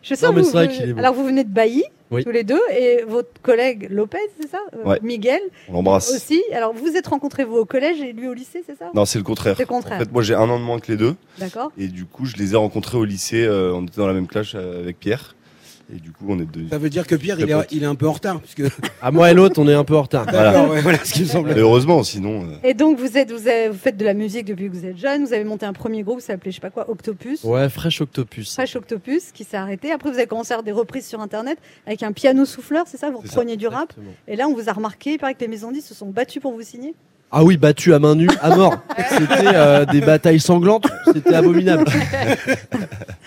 S3: Je sens
S9: Non,
S3: que
S9: mais
S3: vous,
S9: c'est vrai
S3: vous-
S9: qu'il est beau.
S3: Alors, vous venez de Bailly,
S9: Oui.
S3: tous les deux, et votre collègue Lopez, c'est ça Euh,
S10: Ouais.
S3: Miguel
S10: on l'embrasse.
S3: aussi. Alors, vous vous êtes rencontrés, vous, au collège et lui au lycée, c'est ça
S10: Non, c'est le contraire.
S3: C'est le contraire. Oh.
S10: En fait, moi, j'ai un an de moins que les deux.
S3: D'accord.
S10: Et du coup, je les ai rencontrés au lycée. euh, on était dans la même classe euh, avec Pierre. Et du coup, on est deux.
S9: Ah,
S6: Ça veut dire que Pierre, il est, il est un peu en retard. Parce que...
S9: À moi et l'autre, on est un peu en retard.
S10: Voilà.
S6: D'accord, Ah ouais, voilà ce qui me
S10: Mais
S6: semblait.
S10: heureusement, sinon. euh,
S3: Et donc, vous, êtes, vous, avez- vous faites de la musique depuis que vous êtes jeune. Vous avez monté un premier groupe, ça s'appelait, je sais pas quoi, Octopus.
S9: Ouais, fraîche octopus.
S3: Fresh Octopus qui s'est arrêté. Après, vous avez commencé à faire des reprises sur Internet avec un piano souffleur, c'est ça Vous
S10: C'est ça.
S3: repreniez du rap.
S9: Exactement.
S3: Et là, on vous a remarqué. Il paraît que les maisons 10 se sont battues pour vous signer.
S9: Ah oui, battu à main nue, à mort. C'était euh, des batailles sanglantes, c'était abominable.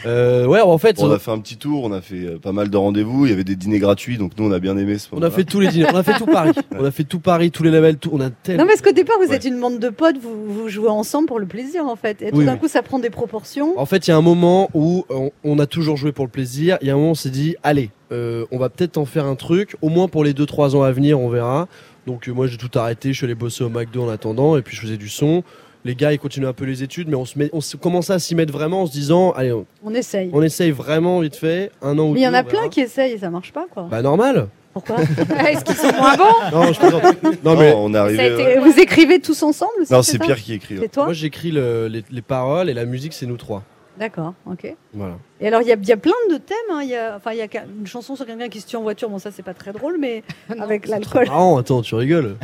S9: Euh, ouais, en fait,
S10: Bon,
S9: on,
S10: on a fait un petit tour, on a fait euh, pas mal de rendez-vous, il y avait des dîners gratuits, donc nous on a bien aimé ce moment.
S9: fait tous les dîners, on a fait tout Paris, on a fait tout Paris, tous les labels, tout. On a
S3: Non,
S9: tellement.
S3: mais parce qu'au départ, vous
S10: Ouais.
S3: êtes une bande de potes, vous, vous jouez ensemble pour le plaisir, en fait. Et tout
S9: Oui,
S3: d'un
S9: oui.
S3: coup, ça prend des proportions.
S9: En fait, il y a un moment où on, on a toujours joué pour le plaisir. Il y a un moment, on s'est dit, allez, euh, on va peut-être en faire un truc. Au moins pour les 2-3 ans à venir, on verra. Donc euh, moi, j'ai tout arrêté. Je suis allé bosser au McDo en attendant. Et puis, je faisais du son. Les gars, ils continuaient un peu les études, mais on, se met, on se- commençait à s'y mettre vraiment en se disant, allez, on,
S3: On essaye.
S9: on essaye vraiment vite fait, un an ou
S3: Mais
S9: deux.
S3: il y en a
S9: on verra.
S3: plein qui essayent et ça marche pas, quoi.
S9: Bah normal.
S3: Pourquoi
S4: Est-ce qu'ils sont moins bons
S9: Non, je plaisante. Non
S10: Non,
S9: mais
S10: on est arrivé.
S4: ça a été-
S10: ouais.
S3: Et Vous écrivez tous ensemble aussi,
S10: euh, Non, c'est
S3: ça
S10: Pierre qui écrit. hein. ouais.
S3: C'est toi
S9: moi j'écris le- les, les paroles et la musique c'est nous trois.
S3: D'accord, ok.
S9: Voilà.
S3: Et alors, il y, a- il y a plein de thèmes. hein. Il y a, enfin, il y a qu'un- une chanson sur quelqu'un qui se tue en voiture. Bon, ça, c'est pas très drôle, mais avec l'alcool.
S9: Marrant, attends, tu rigoles.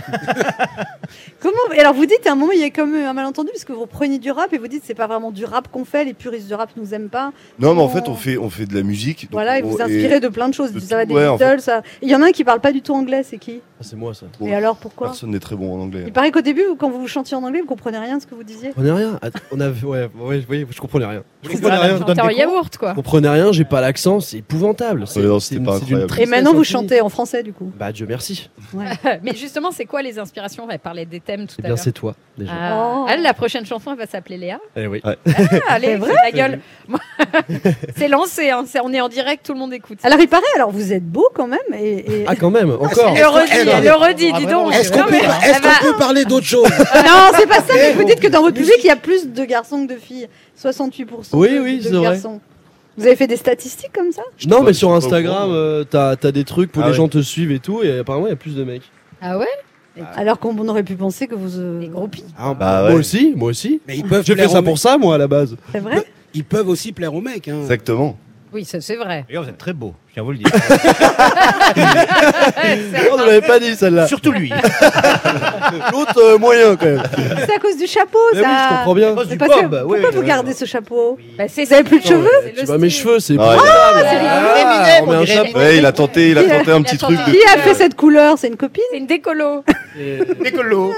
S3: Comment et Alors, vous dites, à un moment, il y a comme euh, un malentendu, parce que vous prenez du rap et vous dites, c'est pas vraiment du rap qu'on fait. Les puristes du rap nous aiment pas.
S10: Non, mais en fait,
S3: on-
S10: on fait, on fait de la musique. donc
S3: Oh. Voilà, et
S10: on-
S3: vous inspirez
S9: Ah,
S3: de plein de choses.
S10: de
S3: ça va
S10: tout,
S3: des
S10: ouais, en
S3: Beatles, ça. Il y en a un qui parle pas du tout anglais, c'est qui
S9: Ah, c'est moi ça. Vous
S10: Bon,
S3: Et alors pourquoi
S10: Personne n'est très bon en anglais. hein.
S3: Il paraît qu'au début, vous- quand vous chantiez en anglais, vous comprenez rien de ce que vous disiez.
S9: comprenez rien Att- Ah, On avait ouais, ouais, ouais, je comprenais rien. Je comprenais
S5: Voilà,
S9: rien.
S5: je donne
S4: T'es en
S5: des cours.
S4: yaourt, quoi.
S9: Je comprenais rien, j'ai pas l'accent, c'est épouvantable. C'est
S10: Ouais, non,
S9: c'est
S10: c'était
S9: une-
S10: pas
S9: c'est d'une
S10: incroyable. Et
S3: Et
S9: tristesse
S3: maintenant, vous
S9: infinie.
S3: chantez en français, du coup.
S9: Bah Dieu merci.
S4: Mais justement, c'est quoi les inspirations On va parler des thèmes tout
S9: Eh
S4: à
S9: bien
S4: l'heure.
S9: c'est toi déjà.
S4: Ah.
S3: Oh.
S4: Elle, la prochaine chanson, elle va s'appeler Léa.
S9: Eh oui.
S4: Ah, allez, c'est la gueule. Moi- c'est lancé, hein, c'est- on est en direct, tout le monde écoute.
S3: Alors, il paraît, alors vous êtes beau quand même. Et, et-
S9: Ah quand même, encore.
S4: Elle le redit,
S6: est-ce qu'on-
S4: elle le redit,
S5: Ah,
S4: dis
S5: vraiment,
S4: donc.
S6: Est-ce qu'on
S4: Non,
S6: peut,
S4: mais-
S6: est-ce
S4: elle va-
S6: qu'on peut parler d'autre chose
S4: Ah,
S3: non, c'est pas ça, mais vous dites que dans votre public, il y a plus de garçons que de filles. 68%
S9: Oui,
S3: de,
S9: oui,
S3: de
S9: c'est vrai.
S3: garçons. Vous avez fait des statistiques comme ça
S9: Non
S10: pas-
S9: mais
S10: je suis
S9: sur
S10: pas au
S9: Instagram,
S10: courant.
S9: euh, t'as t'as des trucs pour
S10: Ah
S9: les
S10: ouais.
S9: gens te suivent et tout, et apparemment il y a plus de mecs.
S4: Ah ouais
S3: Alors qu'on aurait pu penser que vous. euh,
S4: Les groupies.
S9: Ah,
S10: bah ouais.
S9: Moi aussi, moi aussi.
S6: Mais ils peuvent,
S9: J'ai fait
S6: plaire
S9: ça
S6: aux mecs.
S9: pour ça moi à la base.
S3: C'est vrai
S6: ils peuvent aussi plaire aux mecs. Hein.
S10: Exactement.
S4: Oui, ça, c'est vrai.
S5: D'ailleurs, vous êtes très beau, je tiens à vous le dire.
S9: On ne l'avait pas dit celle-là.
S5: Surtout lui.
S9: L'autre euh, moyen quand même.
S3: C'est à cause du chapeau,
S9: Mais oui,
S3: ça.
S9: je comprends bien.
S5: cause
S3: Mais
S5: du
S3: parce que
S5: bob, oui,
S3: pourquoi
S5: oui,
S3: vous
S5: oui.
S3: gardez ce chapeau
S4: Bah, c'est-
S3: Vous avez plus de
S4: Non,
S3: cheveux
S4: mais
S9: Tu
S4: le
S9: vois mes
S4: style.
S9: cheveux, c'est
S10: Ah,
S9: Ah, on met un
S5: on dirait-
S9: chapeau.
S10: ouais, il a tenté, il a tenté un petit truc.
S3: Qui
S10: De...
S3: a fait cette couleur C'est une copine
S4: C'est une décolo.
S5: Décolo.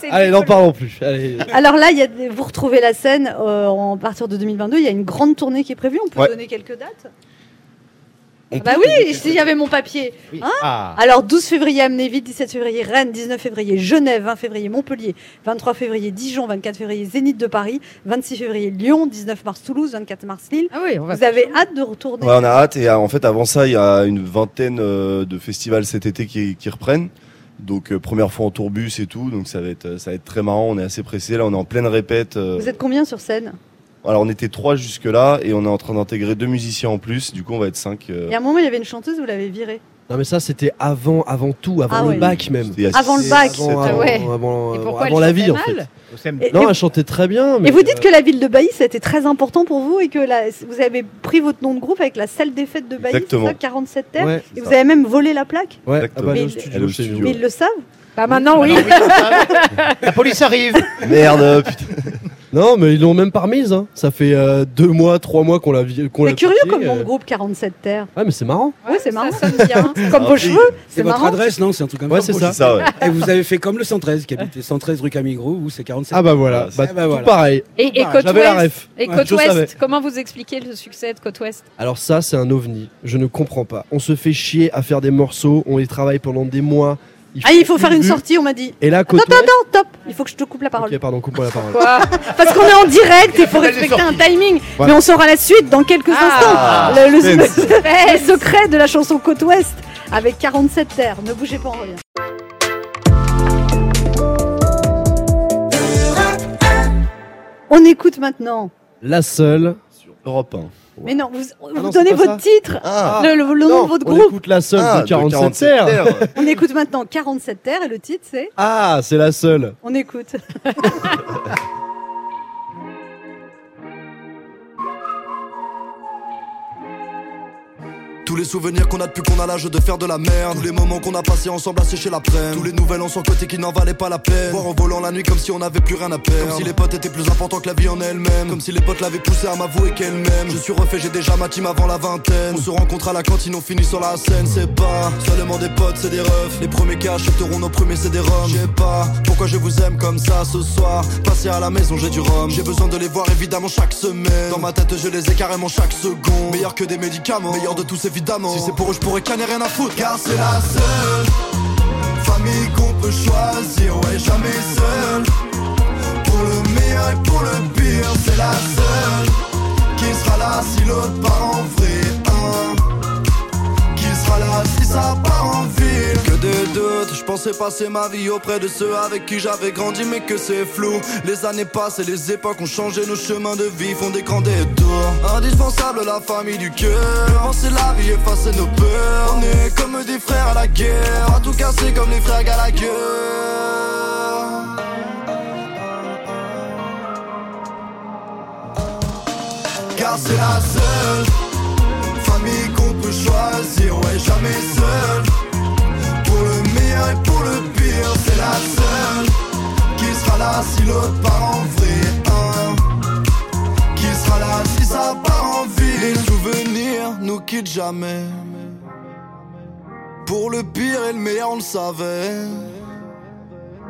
S4: C'est une
S9: Allez,
S4: décolo.
S9: n'en parlons plus. Allez.
S3: Alors là, il y a des- vous retrouvez la scène euh, en partir de 2022. Il y a une grande tournée qui est prévue. On peut
S10: Ouais.
S3: donner quelques dates
S10: On
S3: Bah oui, s'il y avait mon papier. Hein
S5: Ah.
S3: Alors 12 février Amnéville, 17 février Rennes, 19 février Genève, 20 février Montpellier, 23 février Dijon, 24 février Zénith de Paris, 26 février Lyon, 19 mars Toulouse, 24 mars Lille.
S4: Ah oui, on va.
S3: Vous avez hâte de retourner
S10: Ouais, on a hâte. Et euh, en fait, avant ça, il y a une vingtaine euh, de festivals cet été qui, qui reprennent. Donc euh, première fois en tourbus et tout, donc ça va être euh, ça va être très marrant. On est assez pressé là, on est en pleine répète. euh,
S3: Vous êtes combien sur scène
S10: Alors on était trois jusque là et on est en train d'intégrer deux musiciens en plus. Du coup on va être cinq. euh,
S3: Il y a un moment, il y avait une chanteuse, vous l'avez virée.
S9: Non mais ça c'était avant, avant tout, avant
S3: Ah
S9: le
S3: ouais.
S9: bac même.
S10: c'était il y a
S3: Avant le
S10: six-
S3: bac.
S10: sept
S9: Avant,
S10: ans. euh,
S4: Ah ouais.
S9: avant, avant,
S4: Et
S9: avant-
S4: pourquoi
S9: avant
S4: elle
S9: la vie en
S4: chantait
S9: fait.
S4: mal
S5: Au CM.
S3: Et-
S9: Non, elle chantait très bien. Mais
S3: Et vous dites
S9: euh,
S3: que la ville de Bailly, ça a été très important pour vous et que la- vous avez pris votre nom de groupe avec la salle des fêtes de Bailly, c'est
S10: Exactement.
S3: ça, 47 terres,
S9: Ouais,
S3: et
S10: c'est
S3: vous
S10: ça.
S3: avez même volé la plaque.
S9: ouais.
S10: Exactement.
S9: Ah bah, elle est
S3: Mais-
S9: au studio,
S10: Elle est au
S9: chez nous.
S10: studio.
S3: Mais ils le savent.
S4: Bah maintenant, oui.
S5: La police arrive.
S10: Merde, putain.
S9: Non, mais ils l'ont même pas remise. Hein. Ça fait euh, deux mois, trois mois qu'on l'a vi- qu'on l'a.
S3: C'est curieux
S9: piquée,
S3: comme nom
S9: euh.
S3: de groupe 47 terres.
S9: Ouais, mais c'est marrant.
S3: oui, c'est marrant.
S4: Ça sonne bien.
S3: Comme vos
S10: Ah,
S3: cheveux,
S6: C'est
S3: c'est
S6: votre
S3: marrant.
S6: adresse, non C'est un truc comme
S9: Ouais,
S6: ça.
S9: c'est
S10: C'est
S9: ça.
S10: ça, ouais.
S6: Et vous avez fait comme le 113 qui habite 113 rue Camigro où c'est 47.
S9: Ah bah voilà.
S10: Ah,
S9: Bah,
S6: bah
S9: tout
S6: voilà.
S9: pareil.
S4: Et, et
S6: Ah,
S4: Côte
S9: J'avais la
S4: Ouest.
S9: ref.
S4: Et
S6: Ouais,
S4: Côte
S9: je savais.
S4: Ouest. Comment vous expliquez le succès de Côte Ouest
S9: Alors ça, c'est un ovni. Je ne comprends pas. On se fait chier à faire des morceaux. On les travaille pendant des mois.
S3: Ah, il faut faire une
S9: sortie
S3: sortie, on m'a dit.
S9: Et là,
S3: Attends,
S9: côté.
S3: attends, attends, top. Il faut que je te coupe la parole.
S9: Ok, pardon, coupe-moi la parole.
S4: Quoi
S3: Parce qu'on est en direct, il faut
S5: Elle est
S3: respecter un
S5: sortie.
S3: timing.
S9: Voilà.
S3: Mais on saura la suite dans quelques
S4: Ah,
S3: instants. Le, le-
S10: suspense.
S3: le secret de la chanson Côte Ouest avec 47 terres. Ne bougez pas, on revient. On écoute maintenant.
S9: La seule.
S10: Sur Europe 1.
S3: Mais non, vous, vous
S9: non,
S3: donnez
S9: c'est pas
S3: votre titre,
S10: Ah,
S3: le, le- le nom de votre
S9: on
S3: groupe.
S9: écoute la seule
S10: ah,
S9: de 47 terres.
S10: terres.
S3: On écoute maintenant 47 terres et le titre c'est
S9: Ah, c'est la seule.
S3: On écoute.
S8: Tous les souvenirs qu'on a depuis qu'on a l'âge de faire de la merde. Tous les moments qu'on a passés ensemble à sécher la prenne. Tous les nouvelles en son côté qui n'en valaient pas la peine. Voir en volant la nuit comme si on n'avait plus rien à perdre. Comme si les potes étaient plus importants que la vie en elle-même. Comme si les potes l'avaient poussé à m'avouer qu'elle m'aime. Je suis refait, j'ai déjà ma team avant la vingtaine. On se rencontre à la cantine, on finit sur la scène. C'est pas seulement des potes, c'est des refs. Les premiers qui achèteront nos premiers, c'est des roms. Je sais pas pourquoi je vous aime comme ça ce soir. Passer à la maison, j'ai du rhum. J'ai besoin de les voir évidemment chaque semaine. Dans ma tête, je les ai carrément chaque seconde. Meilleur que des médicaments, meilleur de tous évidemment. Si c'est pour eux, je pourrais canner rien à foutre. Car c'est la seule famille qu'on peut choisir. Ouais, jamais seul. Pour le meilleur et pour le pire, c'est la seule qui sera là si l'autre part en vrai. Hein. Qui sera là si ça part en ville Que des doutes, je pensais passer ma vie auprès de ceux avec qui j'avais grandi mais que c'est flou Les années passent et les époques ont changé, nos chemins de vie font des grands détours Indispensable la famille du cœur, avancer la vie, effacer nos peurs On est comme des frères à la guerre, à tout casser comme les frères Gallagher Car c'est la seule famille qu'on peut choisir, ouais jamais seul. Pour le meilleur et pour le pire, c'est la seule qui sera là si l'autre part en vrai. hein. Qui sera là si ça part en vie. Les souvenirs nous quittent jamais. Pour le pire et le meilleur, on le savait.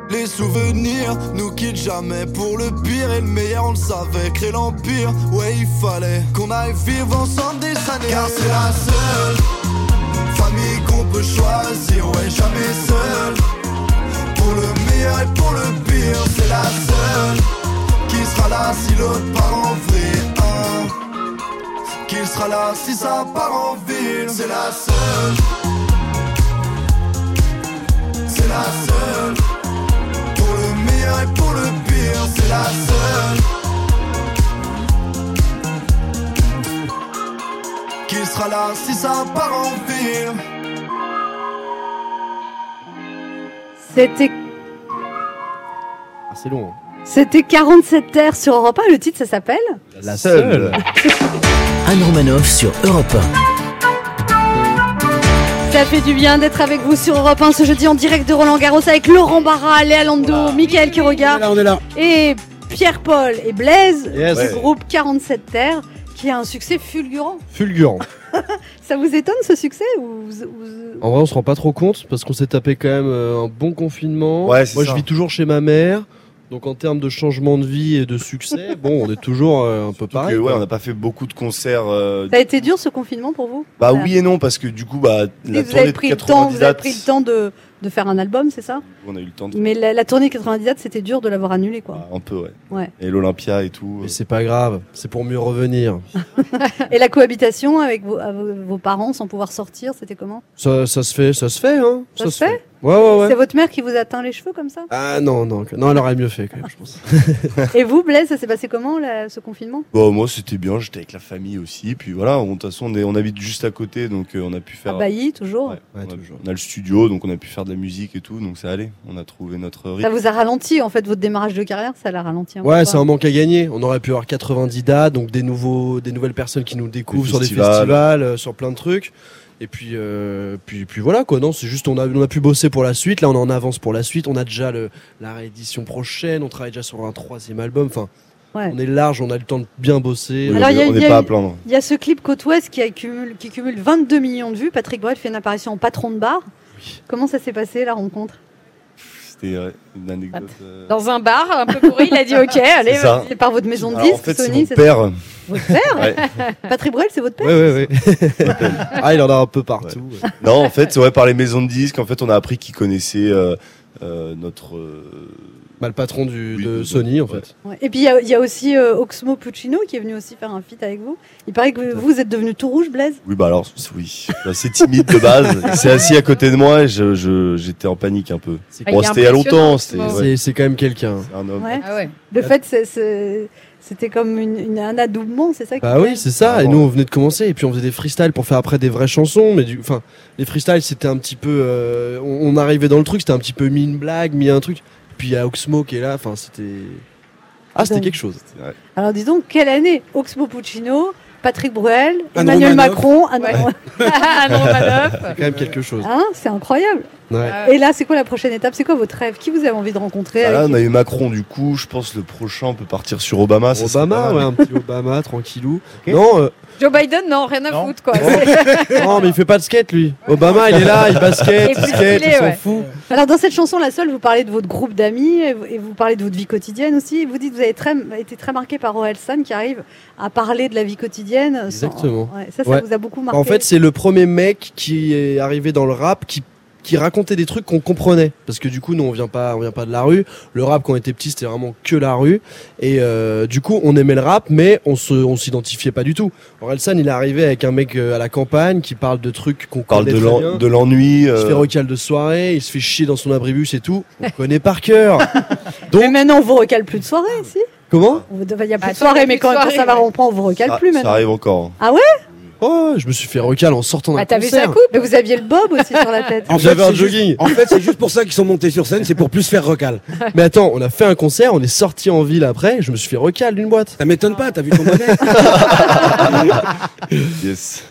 S8: Les souvenirs nous quittent jamais pour le pire et le meilleur, on le savait. Créer l'empire, ouais, il fallait qu'on aille vivre ensemble des années. Car c'est la seule famille qu'on peut choisir, ouais, jamais seul. Pour le meilleur et pour le pire, c'est la seule qui sera là si l'autre part en vrille. hein. Qui sera là si ça part en ville, c'est la seule. C'est la seule. Pour le meilleur et pour le pire, c'est la seule. Qui sera là si ça part en ville
S3: C'était
S9: Ah, c'est long. hein.
S3: c'était 47 terres sur Europe 1. Le titre, ça s'appelle
S9: La seule.
S2: Anne Romanoff sur Europe
S3: Ça fait du bien d'être avec vous sur Europe 1 ce jeudi en direct de Roland Garros avec Laurent Barra, Léa Lando, Michael Quiroga
S6: Là, on est là.
S3: et Pierre-Paul et Blaise
S9: Yes.
S3: du groupe 47 terres qui a un succès fulgurant.
S9: Fulgurant.
S3: Ça vous étonne ce succès ou vous- vous-
S9: En vrai, on se rend pas trop compte parce qu'on s'est tapé quand même euh, un bon confinement.
S10: Ouais, c'est
S9: Moi, je
S10: ça.
S9: vis toujours chez ma mère. Donc, en termes de changement de vie et de succès, bon, on est toujours euh, un peu
S10: Parce que,
S9: pareil.
S10: ouais,
S9: quoi.
S10: on n'a pas fait beaucoup de concerts. euh,
S3: Ça a été dur ce confinement pour vous
S10: Bah
S3: Voilà.
S10: oui et non, parce que du coup, bah,
S3: Et
S10: la
S3: Vous
S10: tournée
S3: avez
S10: de
S3: pris le temps,
S10: 90
S3: vous avez
S10: dates,
S3: pris le temps de, de faire un album, c'est ça
S10: on a eu le temps de.
S3: Mais la, la tournée 90 dates, c'était dur de l'avoir annulée quoi.
S10: bah, un peu, ouais.
S3: Ouais.
S10: Et l'Olympia et tout. euh.
S9: Mais c'est pas grave, c'est pour mieux revenir.
S3: Et la cohabitation avec vos, à vos- vos parents sans pouvoir sortir, c'était comment
S9: Ça, ça se fait, ça se fait, hein.
S3: Ça se fait
S9: Ouais, Oh, ouais, ouais.
S3: C'est votre mère qui vous a teint les cheveux comme ça
S9: Ah non, non, que- non, elle aurait mieux fait quand même, je pense.
S3: Et vous, Blaise, ça s'est passé comment là, ce confinement
S10: Bah, moi, c'était bien, j'étais avec la famille aussi. Puis voilà, on- de toute façon, on, est- on habite juste à côté, donc euh, on a pu
S3: À
S10: faire.
S3: Bailly, toujours
S10: Ouais, on, a,
S9: toujours.
S10: on a le studio, donc on a pu faire de la musique et tout, donc ça allait. On a trouvé notre
S3: Ça
S10: rythme.
S3: vous a ralenti en fait votre démarrage de carrière, ça l'a ralenti. un peu,
S9: Ouais,
S3: quoi.
S9: c'est un manque à gagner. On aurait pu avoir 90 dates, donc des nouveaux, des nouvelles personnes qui nous découvrent
S10: Des
S9: sur des
S10: festivals.
S9: festivals, euh, sur plein de trucs. Et puis, euh, puis, puis voilà quoi. Non, c'est juste on a, on a pu bosser pour la suite. Là, on est en avance pour la suite. On a déjà le, la réédition prochaine. On travaille déjà sur un troisième album. Enfin,
S3: Ouais.
S9: on est large. On a le temps de bien bosser.
S10: Oui,
S3: Alors,
S10: on
S3: il y a-
S10: est- on
S3: il y
S10: n'est
S3: a
S10: pas
S3: eu-
S10: à plaindre.
S3: Il y a ce clip Côte Ouest qui accumule, qui cumule 22 millions de vues. Patrick Bruel fait une apparition en patron de bar. Comment ça s'est passé la rencontre
S10: C'était ouais, une anecdote. euh,
S4: Dans un bar un peu pourri, il a dit OK, allez.
S10: C'est ça.
S3: C'est par votre maison de
S10: Alors,
S3: disques,
S10: en fait, c'est
S3: Sony
S10: mon
S3: c'est-
S10: père.
S3: Votre père
S10: Ouais.
S3: Patrick Bruel, c'est votre père
S9: Ouais, ouais, ouais. ah, il en a un peu partout.
S10: Non, en fait, c'est ouais, par les maisons de disques, en fait, on a appris qu'ils connaissaient euh, euh, notre. euh,
S9: Bah, le patron du,
S10: Oui,
S9: de
S10: de-
S9: Sony, en
S10: ouais.
S9: fait.
S3: Ouais. Et puis il y, a- il y a aussi euh, Oxmo Puccino qui est venu aussi faire un feat avec vous. Il paraît que vous, vous êtes devenu tout rouge, Blaise.
S10: Oui, bah alors, c'est- oui. Bah, C'est timide de base. Il s'est assis à côté de moi et je- je- j'étais en panique un peu.
S9: C'est
S4: Ah,
S10: Bon,
S4: il est
S10: c'était il y a
S4: impressionnant,
S10: longtemps. C'était
S4: Oxmo.
S10: ouais,
S9: C'est- C'est quand même quelqu'un.
S10: c'est un homme.
S3: Ouais.
S4: Ah ouais.
S3: Le fait, c'est- c'est- c'était comme une, une- un adoubement, c'est ça qui
S9: Bah oui, c'est ça. Et
S10: Vraiment.
S9: nous, on venait de commencer. Et puis, on faisait des freestyles pour faire après des vraies chansons. Mais du, enfin, les freestyles, c'était un petit peu. euh, on, on arrivait dans le truc, c'était un petit peu mis une blague, mis un truc. Puis il y a Oxmo qui est là. Enfin, c'était. Ah, c'était
S3: Dingue.
S9: quelque chose.
S3: Alors dis donc, quelle année Oxmo Puccino, Patrick Bruel,
S6: Anne
S3: Emmanuel
S6: Romanoff.
S3: Macron, Anne- Ah
S4: Anne Romanoff.
S9: Quand même quelque chose.
S3: Hein, c'est incroyable.
S9: Ouais.
S3: Et là, c'est quoi la prochaine étape C'est quoi votre rêve Qui vous avez envie de rencontrer
S10: Ah, là,
S3: avec-
S10: on a eu Macron, du coup. Je pense le prochain on peut partir sur Obama. ça serait pas
S9: Obama,
S10: mal.
S9: ouais, un petit Obama, Ah, tranquillou. Non, euh,
S4: Joe Biden, non, rien à
S5: Non.
S4: foutre quoi.
S9: non, mais il fait pas de skate, lui. Obama, il est là, il basket,
S4: Et
S9: il
S4: plus
S9: skate,
S4: stylé,
S9: il s'en
S4: ouais.
S9: fout.
S3: Alors dans cette chanson, la seule, vous parlez de votre groupe d'amis et vous- et vous parlez de votre vie quotidienne aussi. Vous dites que vous avez très, été très marqué par Orelsan qui arrive à parler de la vie quotidienne. sans-
S9: Exactement.
S3: Ouais, ça, ça
S9: Ouais. Bah,
S3: vous a beaucoup marqué.
S9: En fait, c'est le premier mec qui est arrivé dans le rap qui qui racontait des trucs qu'on comprenait parce que du coup nous on vient pas on vient pas de la rue le rap quand on était petit c'était vraiment que la rue et euh, du coup on aimait le rap mais on se on s'identifiait pas du tout Orelsan il est arrivé avec un mec euh, à la campagne qui parle de trucs qu'on
S10: On parle
S9: connaît
S10: de
S9: très
S10: l'en-
S9: bien.
S10: de l'ennui.
S9: il se fait
S10: euh,
S9: recal de soirée il se fait chier dans son abribus et tout on connaît par cœur
S3: Mais maintenant, on vous recale plus de soirée, si
S9: comment
S3: Vous- enfin, Il n'y a plus de
S4: Attends,
S3: soirée,
S4: plus
S3: mais
S4: de
S3: quand, quand
S4: Ah, soirée,
S3: ça va
S4: ouais.
S3: reprendre, on vous recale
S6: Ah,
S9: Ah,
S10: ça-
S3: plus
S10: ça
S3: maintenant.
S10: arrive encore.
S6: hein.
S9: oh je me suis fait recal en sortant d'un
S3: Bah,
S4: Ah, t'as vu sa
S9: concert
S4: coupe
S3: Mais vous aviez le bob aussi sur la tête.
S6: En fait,
S9: J'avais un
S6: c'est juste-
S9: jogging.
S6: en fait, c'est juste pour ça qu'ils sont montés sur scène, c'est pour plus faire recal.
S9: mais attends on a fait un concert on est sorti en ville après je me suis fait recal d'une boîte
S6: Ça m'étonne pas, t'as vu ton modèle
S10: Yes.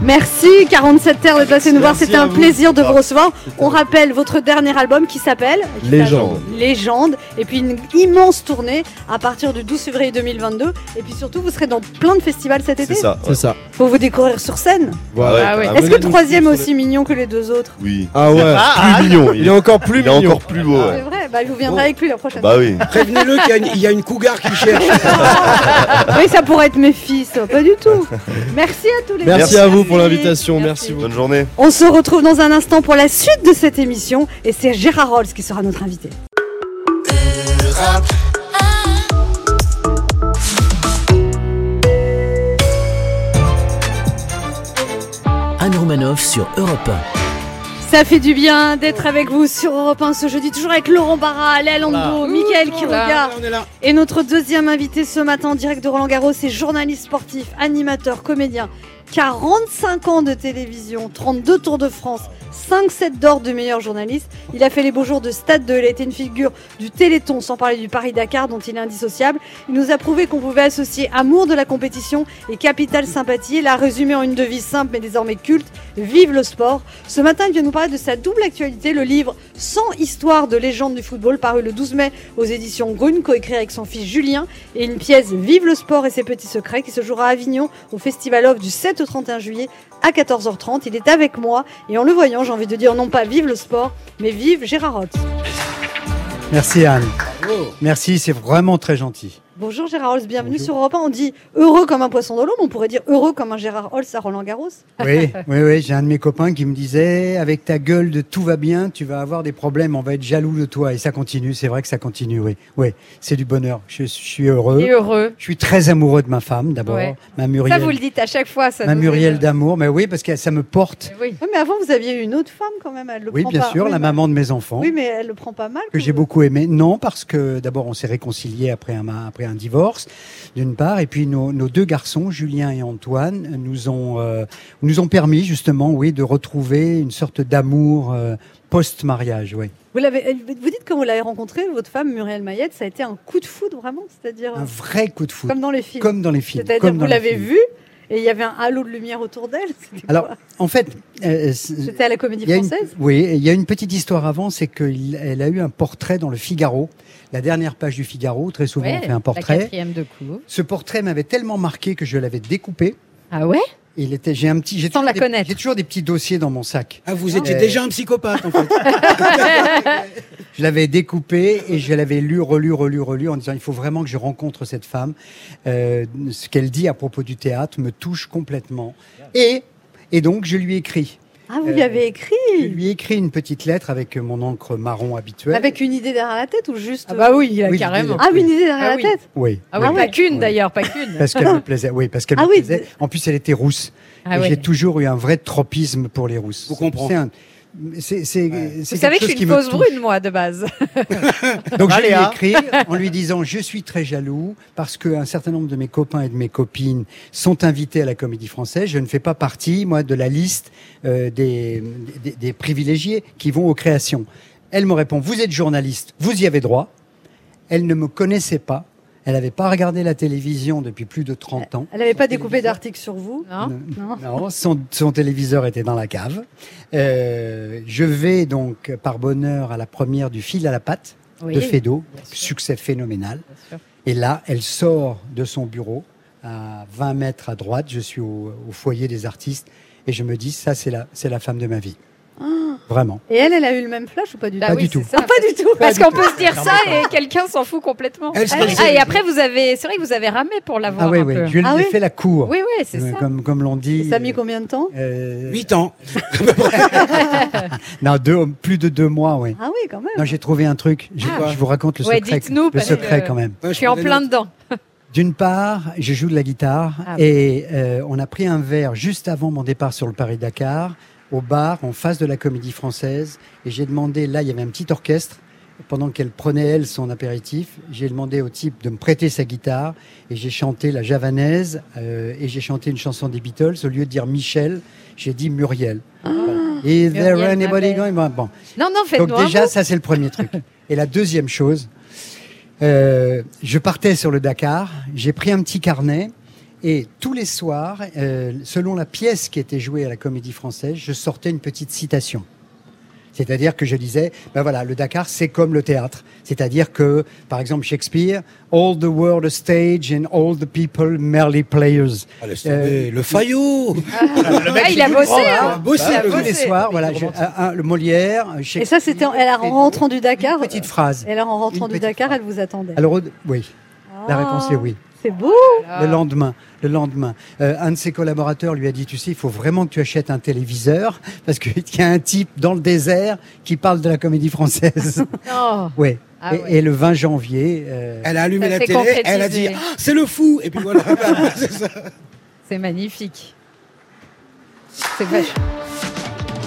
S3: Merci 47 Terre de passer nous voir,
S9: Merci
S3: c'était
S9: à
S3: un
S9: vous.
S3: plaisir de
S9: Ah,
S3: vous recevoir. On rappelle votre dernier album qui s'appelle
S9: Légende.
S3: Légende et puis une immense tournée à partir du 12 février 2022 et puis surtout vous serez dans plein de festivals cet été.
S10: C'est ça.
S9: C'est ça.
S3: Faut vous découvrir sur scène.
S9: Voilà.
S4: Ah ouais.
S3: Est-ce que le
S9: nous
S3: troisième est
S9: suivre
S3: aussi mignon que les deux autres
S10: Oui.
S9: Ah ouais.
S10: Plus mignon.
S9: Il est encore plus
S10: il est
S9: mignon.
S10: encore plus beau.
S3: C'est
S10: ouais.
S3: vrai, bah, vous viendrez avec lui la prochaine
S10: Bah oui.
S6: Prévenez-le qu'il y a une- il y, a une cougar qui cherche.
S3: fois. Oui, ça pourrait être mes fils, pas du tout. Merci à tous les deux.
S9: Merci à vous pour l'invitation. Merci beaucoup.
S10: Bonne journée.
S3: On se retrouve dans un instant pour la suite de cette émission et c'est Gérard Rolls qui sera notre invité.
S2: Anne Romanoff sur Europe
S3: Ça fait du bien d'être avec vous sur Europe 1 ce jeudi, toujours avec Laurent Barra, Léa Landau, Mickaël qui
S4: Voilà.
S3: regarde.
S6: On est là.
S3: Et notre deuxième invité ce matin en direct de Roland Garros, c'est journaliste sportif, animateur, comédien. 45 ans de télévision, 32 Tours de France, 5 sets d'or de meilleur journaliste. Il a fait les beaux jours de Stade 2, il a été une figure du Téléthon, sans parler du Paris-Dakar dont il est indissociable. Il nous a prouvé qu'on pouvait associer amour de la compétition et capitale sympathie. Il a résumé en une devise simple mais désormais culte, vive le sport. Ce matin, il vient nous parler de sa double actualité, le livre 100 histoires de légendes du football paru le 12 mai aux éditions Grune, coécrit avec son fils Julien, et une pièce Vive le sport et ses petits secrets qui se jouera à Avignon au Festival Off du 7 au 31 juillet à 14h30. Il est avec moi et en le voyant, j'ai envie de dire non pas Vive le sport, mais Vive Gérard Holt.
S11: Merci Anne.
S6: Oh.
S11: Merci, c'est vraiment très gentil.
S3: Bonjour Gérard Holtz, bienvenue sur Europe 1. On dit heureux comme un poisson dans l'eau, mais on pourrait dire heureux comme un Gérard Holtz à Roland Garros.
S11: Oui, oui, oui. J'ai un de mes copains qui me disait avec ta gueule de tout va bien, tu vas avoir des problèmes, on va être jaloux de toi. Et ça continue, c'est vrai que ça continue, oui. Oui, c'est du bonheur. Je, suis heureux.
S4: Et heureux.
S11: Je suis très amoureux de ma femme d'abord,
S4: Ouais.
S11: ma
S4: Ça, vous le
S11: Muriel.
S4: dites à chaque fois. Ça
S11: Ma
S4: nous
S11: Muriel
S4: émeut.
S11: d'amour, mais oui, parce que ça me porte.
S4: Oui.
S3: Oui, mais avant, vous aviez eu une autre femme quand même, elle le
S11: Oui,
S3: prend
S11: bien
S3: pas-
S11: sûr,
S3: oui,
S11: la
S3: mais-
S11: maman de mes enfants.
S3: Oui, mais elle le prend pas mal.
S11: que j'ai
S3: vous-
S11: beaucoup aimé. Non, parce que d'abord, on s'est réconciliés après un, ma- après un divorce, d'une part, et puis nos, nos deux garçons, Julien et Antoine, nous ont, euh, nous ont permis justement, oui, de retrouver une sorte d'amour euh, post-mariage, oui.
S3: Vous, l'avez, vous dites que vous l'avez rencontrée, votre femme Muriel Mayette, ça a été un coup de foudre vraiment, c'est-à-dire
S11: Un
S3: euh,
S11: vrai coup de foudre,
S3: comme dans les films.
S11: comme dans les films.
S3: c'est-à-dire
S11: comme
S3: vous
S11: dans les
S3: l'avez
S11: films.
S3: vue et il y avait un halo de lumière autour d'elle. C'était quoi
S11: Alors, en fait, euh, c'est-
S3: j'étais à la Comédie
S11: Il y a une-
S3: Française.
S11: oui, et il y a une petite histoire avant, c'est qu'elle a eu un portrait dans le Figaro, la dernière page du Figaro. Très souvent,
S4: Ouais,
S11: on fait un
S4: La
S11: portrait.
S4: quatrième de coup.
S11: Ce portrait m'avait tellement marqué que je l'avais découpé.
S4: Ah ouais
S11: Il était, j'ai un petit, j'ai
S4: Sans
S11: toujours
S4: la
S11: des-
S4: connaître.
S11: J'ai toujours des petits dossiers dans mon sac.
S6: Ah, vous étiez
S11: Euh.
S6: déjà un psychopathe en fait.
S11: Je l'avais découpé et je l'avais lu, relu, relu, relu en disant il faut vraiment que je rencontre cette femme. Euh, ce qu'elle dit à propos du théâtre me touche complètement. Et et donc je lui écris.
S3: Ah, vous lui
S11: Euh,
S3: avez
S11: Je
S3: écrit
S11: lui ai écrit une petite lettre avec mon encre marron habituelle.
S3: Avec une idée derrière la tête ou juste.
S4: Ah bah oui, là,
S11: Oui,
S4: carrément.
S11: l'idée
S3: Ah, une idée derrière
S4: Ah
S3: la
S4: oui.
S3: tête
S11: Oui.
S4: Ah oui,
S3: Ah
S4: pas
S3: ouais.
S4: qu'une
S11: Oui.
S4: d'ailleurs, pas qu'une.
S11: Parce qu'elle me plaisait. Oui, parce qu'elle
S3: Ah
S11: me
S3: oui,
S11: plaisait. En plus, elle était rousse.
S4: Ah
S11: Et
S4: ouais.
S11: J'ai toujours eu un vrai tropisme pour les rousses.
S6: Vous comprenez.
S11: C'est un- c'est- c'est- c'est
S4: Vous savez
S11: quelque
S4: que je
S11: chose
S4: suis
S11: qui
S4: une
S11: me
S4: fausse
S11: touche.
S4: brune, moi, de base.
S11: Donc je
S5: Allez,
S11: lui ai
S5: hein.
S11: écrit en lui disant je suis très jaloux parce que un certain nombre de mes copains et de mes copines sont invités à la Comédie Française. Je ne fais pas partie moi de la liste euh, des, des, des privilégiés qui vont aux créations. Elle me répond vous êtes journaliste, vous y avez droit. Elle ne me connaissait pas. Elle n'avait pas regardé la télévision depuis plus de 30
S4: Euh,
S11: ans.
S3: Elle n'avait pas découpé d'article sur vous.
S4: Non
S3: Non.
S11: Non, son, son téléviseur était dans la cave. Euh, je vais donc par bonheur à la première du fil à la patte
S4: Oui.
S11: de Fedo,
S4: Bien sûr.
S11: succès phénoménal.
S4: Bien sûr.
S11: Et là, elle sort de son bureau à 20 mètres à droite. Je suis au, au foyer des artistes et je me dis, ça, c'est la, c'est la femme de ma vie. Vraiment.
S3: Ah. Et elle, elle a eu le même flash ou pas du
S4: Bah
S3: tout Ah,
S11: du tout.
S4: c'est ça,
S3: Pas du tout.
S4: Parce
S11: Pas
S4: qu'on
S11: du
S4: peut se dire ça et quelqu'un s'en fout complètement.
S6: Elle se
S4: ah, oui.
S6: connaissait.
S4: Ah, et après, vous avez, c'est vrai que vous avez ramé pour l'avoir.
S11: Ah oui,
S4: un
S11: oui,
S4: peu.
S11: je lui
S3: Ah
S11: ai
S3: oui
S11: fait la cour.
S4: Oui, oui, c'est
S11: Euh,
S4: ça.
S11: Comme, comme l'on dit.
S3: Ça a mis combien de temps
S11: euh,
S6: 8 ans.
S11: Non, deux, plus de deux mois, oui.
S3: Ah oui, quand même.
S11: Non, j'ai trouvé un truc. Je,
S6: Ah.
S11: je vous raconte le
S4: Ouais,
S11: secret.
S4: dites-nous,
S11: le
S4: parce
S11: secret
S4: que-
S11: quand même.
S6: Ouais,
S4: Je suis en plein dedans.
S11: D'une part, je joue de la guitare
S4: Ah.
S11: et euh, on a pris un verre juste avant mon départ sur le Paris-Dakar au bar en face de la Comédie Française et j'ai demandé, là il y avait un petit orchestre, pendant qu'elle prenait elle son apéritif, j'ai demandé au type de me prêter sa guitare et j'ai chanté la javanaise euh, et j'ai chanté une chanson des Beatles au lieu de dire Michel, j'ai dit Muriel. Voilà. Is there
S4: Ah, Muriel, ma
S11: anybody
S4: belle.
S11: going- Bon.
S4: Non, non, faites-nous
S11: Donc
S4: un
S11: déjà,
S4: mot.
S11: ça c'est le premier truc. Et la deuxième chose, euh, je partais sur le Dakar, j'ai pris un petit carnet Et tous les soirs, euh, selon la pièce qui était jouée à la Comédie Française, je sortais une petite citation. C'est-à-dire que je disais, ben voilà, le Dakar, c'est comme le théâtre. C'est-à-dire que, par exemple, Shakespeare, All the world a stage and all the people merely players. Euh,
S6: Ah, laisse tomber, le Fayot
S11: Le
S4: mec, Ah, il il a joue bossé, le grand, hein. hein.
S11: bossé,
S4: Il a
S11: le- tous
S4: bossé.
S11: les soirs, voilà, je- euh, un- un- le Molière, Shakespeare.
S3: Et ça, c'était en, elle, en rentrant du Dakar.
S11: petite phrase.
S3: Elle, en rentrant du Dakar, elle vous attendait. Ah,
S11: Alors, au- oui, la réponse est oui.
S3: C'est beau.
S4: Ah.
S11: Le lendemain, le lendemain, euh, un de ses collaborateurs lui a dit, tu sais, il faut vraiment que tu achètes un téléviseur parce qu'il y a un type dans le désert qui parle de la comédie française.
S4: Non.
S11: ouais.
S4: Ah
S11: et,
S4: ouais.
S11: et le 20 janvier, euh,
S6: Elle a allumé
S4: Ça
S6: la
S4: s'est
S6: télé, elle a dit
S4: concrétisé.
S6: Ah, c'est le fou Et puis voilà.
S4: C'est magnifique. C'est vachement.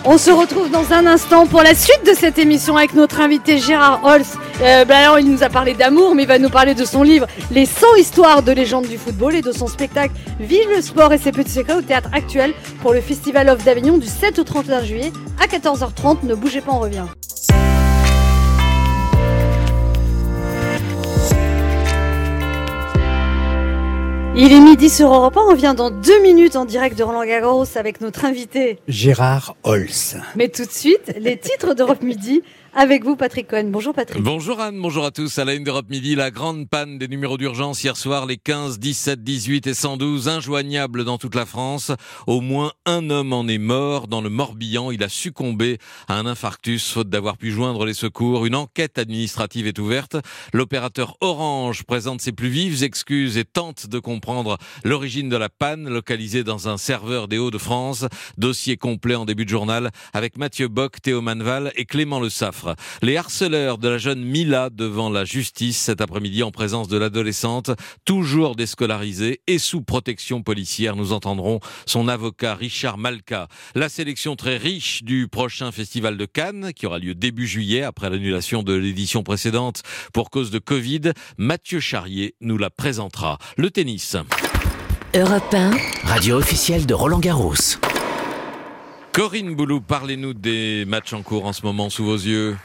S3: On se retrouve dans un instant pour la suite de cette émission avec notre invité Gérard Holz. Euh, ben alors, il nous a parlé d'amour, mais il va nous parler de son livre Les 100 histoires de légendes du football et de son spectacle Vive le sport et ses petits secrets au théâtre actuel pour le Festival of d'Avignon du 7 au 31 juillet à 14h30. Ne bougez pas, on revient. Il est midi sur Europe 1, on revient dans deux minutes en direct de Roland Garros avec notre invité
S11: Gérard Holz.
S3: mais tout de suite, les titres d'Europe Midi avec vous, Patrick Cohen. Bonjour, Patrick.
S12: Bonjour Anne, bonjour à tous. À la une d'Europe Midi, la grande panne des numéros d'urgence hier soir, les 15, 17, 18 et 112, injoignables dans toute la France. Au moins un homme en est mort. Dans le Morbihan, il a succombé à un infarctus, faute d'avoir pu joindre les secours. Une enquête administrative est ouverte. L'opérateur Orange présente ses plus vives excuses et tente de comprendre l'origine de la panne, localisée dans un serveur des Hauts-de-France. Dossier complet en début de journal avec Mathieu Bock, Théo Manval et Clément Le Saffre. Les harceleurs de la jeune Mila devant la justice cet après-midi en présence de l'adolescente, toujours déscolarisée et sous protection policière. Nous entendrons son avocat Richard Malka. La sélection très riche du prochain festival de Cannes qui aura lieu début juillet après l'annulation de l'édition précédente pour cause de Covid. Mathieu Charrier nous la présentera. Le tennis.
S2: Europe 1, radio officielle de Roland Garros.
S12: Corinne Boulou, parlez-nous des matchs en cours en ce moment sous vos yeux.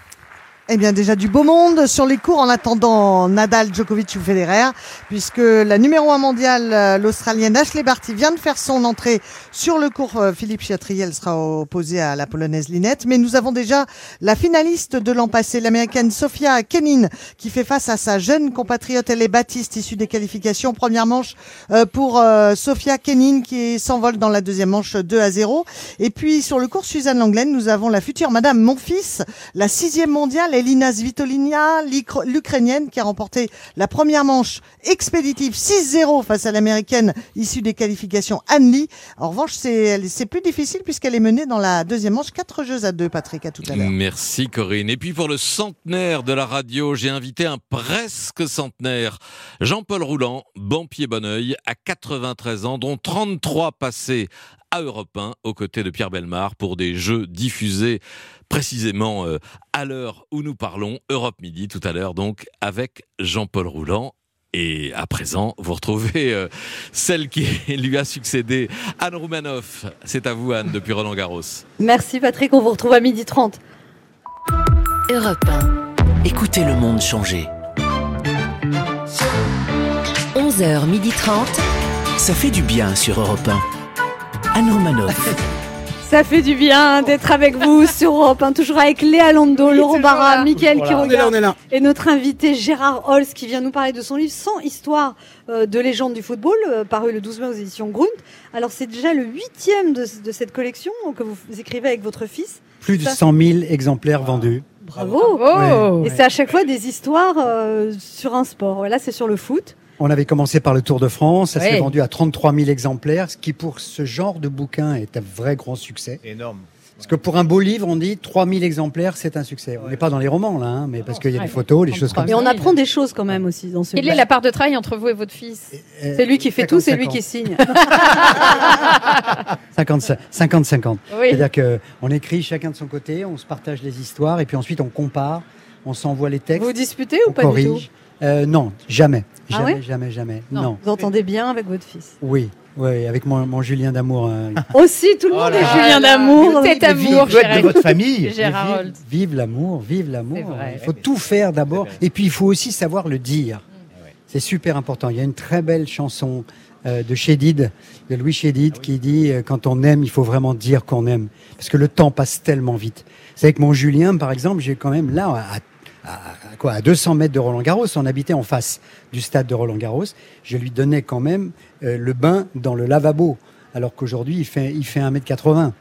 S13: Eh bien déjà du beau monde sur les cours en attendant Nadal, Djokovic ou Federer puisque la numéro 1 mondiale, euh, l'Australienne Ashley Barty vient de faire son entrée sur le cours euh, Philippe Chatrier, elle sera opposée à la Polonaise Linette, mais nous avons déjà la finaliste de l'an passé, l'Américaine Sofia Kenin qui fait face à sa jeune compatriote, elle est Baptiste, issue des qualifications première manche euh, pour euh, Sofia Kenin qui s'envole dans la deuxième manche 2 à 0 et puis sur le cours Suzanne Langlaine, nous avons la future Madame Monfils, la sixième mondiale, Elina Svitolina, l'Ikr- l'Ukrainienne qui a remporté la première manche expéditive 6-0 face à l'Américaine issue des qualifications Anne Lee. En revanche, c'est elle- c'est plus difficile puisqu'elle est menée dans la deuxième manche 4 jeux à 2, Patrick, à tout à l'heure.
S12: Merci Corinne. Et puis pour le centenaire de la radio, j'ai invité un presque centenaire. Jean-Paul Roulant, banquier Bonneuil, à 93 ans, dont 33 passés à Europe 1, aux côtés de Pierre Belmar, pour des jeux diffusés précisément euh, à l'heure où nous parlons, Europe Midi, tout à l'heure donc, avec Jean-Paul Roulant. Et à présent, vous retrouvez euh, celle qui lui a succédé, Anne Roumanoff. C'est à vous, Anne, depuis Roland Garros.
S3: Merci, Patrick. On vous retrouve à midi 30.
S2: Europe 1, écoutez le monde changer.
S14: 11h30.
S2: Ça fait du bien sur Europe 1. Anne Romanoff.
S3: Ça fait du bien d'être avec vous sur Europe 1, toujours avec Léa Lando, Laurent Barra, Mickaël
S6: Voilà.
S3: qui
S6: On est
S3: regarde,
S6: là, on est là.
S3: et notre invité Gérard Holz qui vient nous parler de son livre 100 histoires euh, de légendes du football, euh, paru le 12 mai aux éditions Grunt. Alors c'est déjà le huitième de, de cette collection que vous écrivez avec votre fils.
S11: plus de
S3: Ça-
S11: 100 000 exemplaires vendus.
S3: Bravo,
S11: Bravo.
S3: Et c'est à chaque fois des histoires euh, sur un sport. Là c'est sur le foot.
S11: On avait commencé par le Tour de France, ça
S3: Ouais.
S11: s'est vendu à 33 000 exemplaires, ce qui pour ce genre de bouquin est un vrai grand succès.
S5: Énorme.
S11: Parce que pour un beau livre, on dit 3 000 exemplaires, c'est un succès. On n'est pas dans les romans là, hein, mais parce qu'il y a
S4: Ouais.
S11: des photos, des choses comme
S3: Et
S11: ça.
S3: on apprend des choses quand même aussi dans ce
S4: Quelle
S3: livre.
S4: est la part de travail entre vous et votre fils
S11: euh,
S4: C'est lui qui fait tout, c'est lui
S11: 50-50.
S4: qui signe.
S11: 50-50.
S4: Oui.
S11: C'est-à-dire que on écrit chacun de son côté, on se partage les histoires et puis ensuite on compare, on s'envoie les textes.
S3: Vous disputez ou
S11: on
S3: pas du
S11: corrige.
S3: tout
S11: Euh, Non, jamais.
S3: Ah
S11: Jamais,
S3: ouais
S11: jamais, jamais. Non.
S3: Vous entendez bien avec votre fils.
S11: Oui. Oui, avec mon, mon Julien d'amour. hein.
S3: Aussi,
S4: Oh
S3: tout le monde est Julien d'amour.
S4: Cet
S3: dans le-
S4: amour,
S11: doit être
S4: Gérald.
S11: de votre famille.
S4: Gérard Holt.
S11: Vive l'amour, vive l'amour.
S4: vrai. Mm.
S11: Il faut tout faire
S4: Ah
S11: d'abord. Et puis, il faut aussi savoir le dire. C'est super important. Il y a une très belle chanson euh, de Chédid, de Louis Chédid,
S4: Ah
S11: qui dit euh, quand on aime, il faut vraiment dire qu'on aime, parce que le temps passe tellement vite. C'est avec mon Julien, par exemple, j'ai quand même là à à quoi à 200 mètres de Roland Garros. On habitait en face du stade de Roland Garros. Je lui donnais quand même euh, le bain dans le lavabo. Alors qu'aujourd'hui, il fait, il fait 1m80.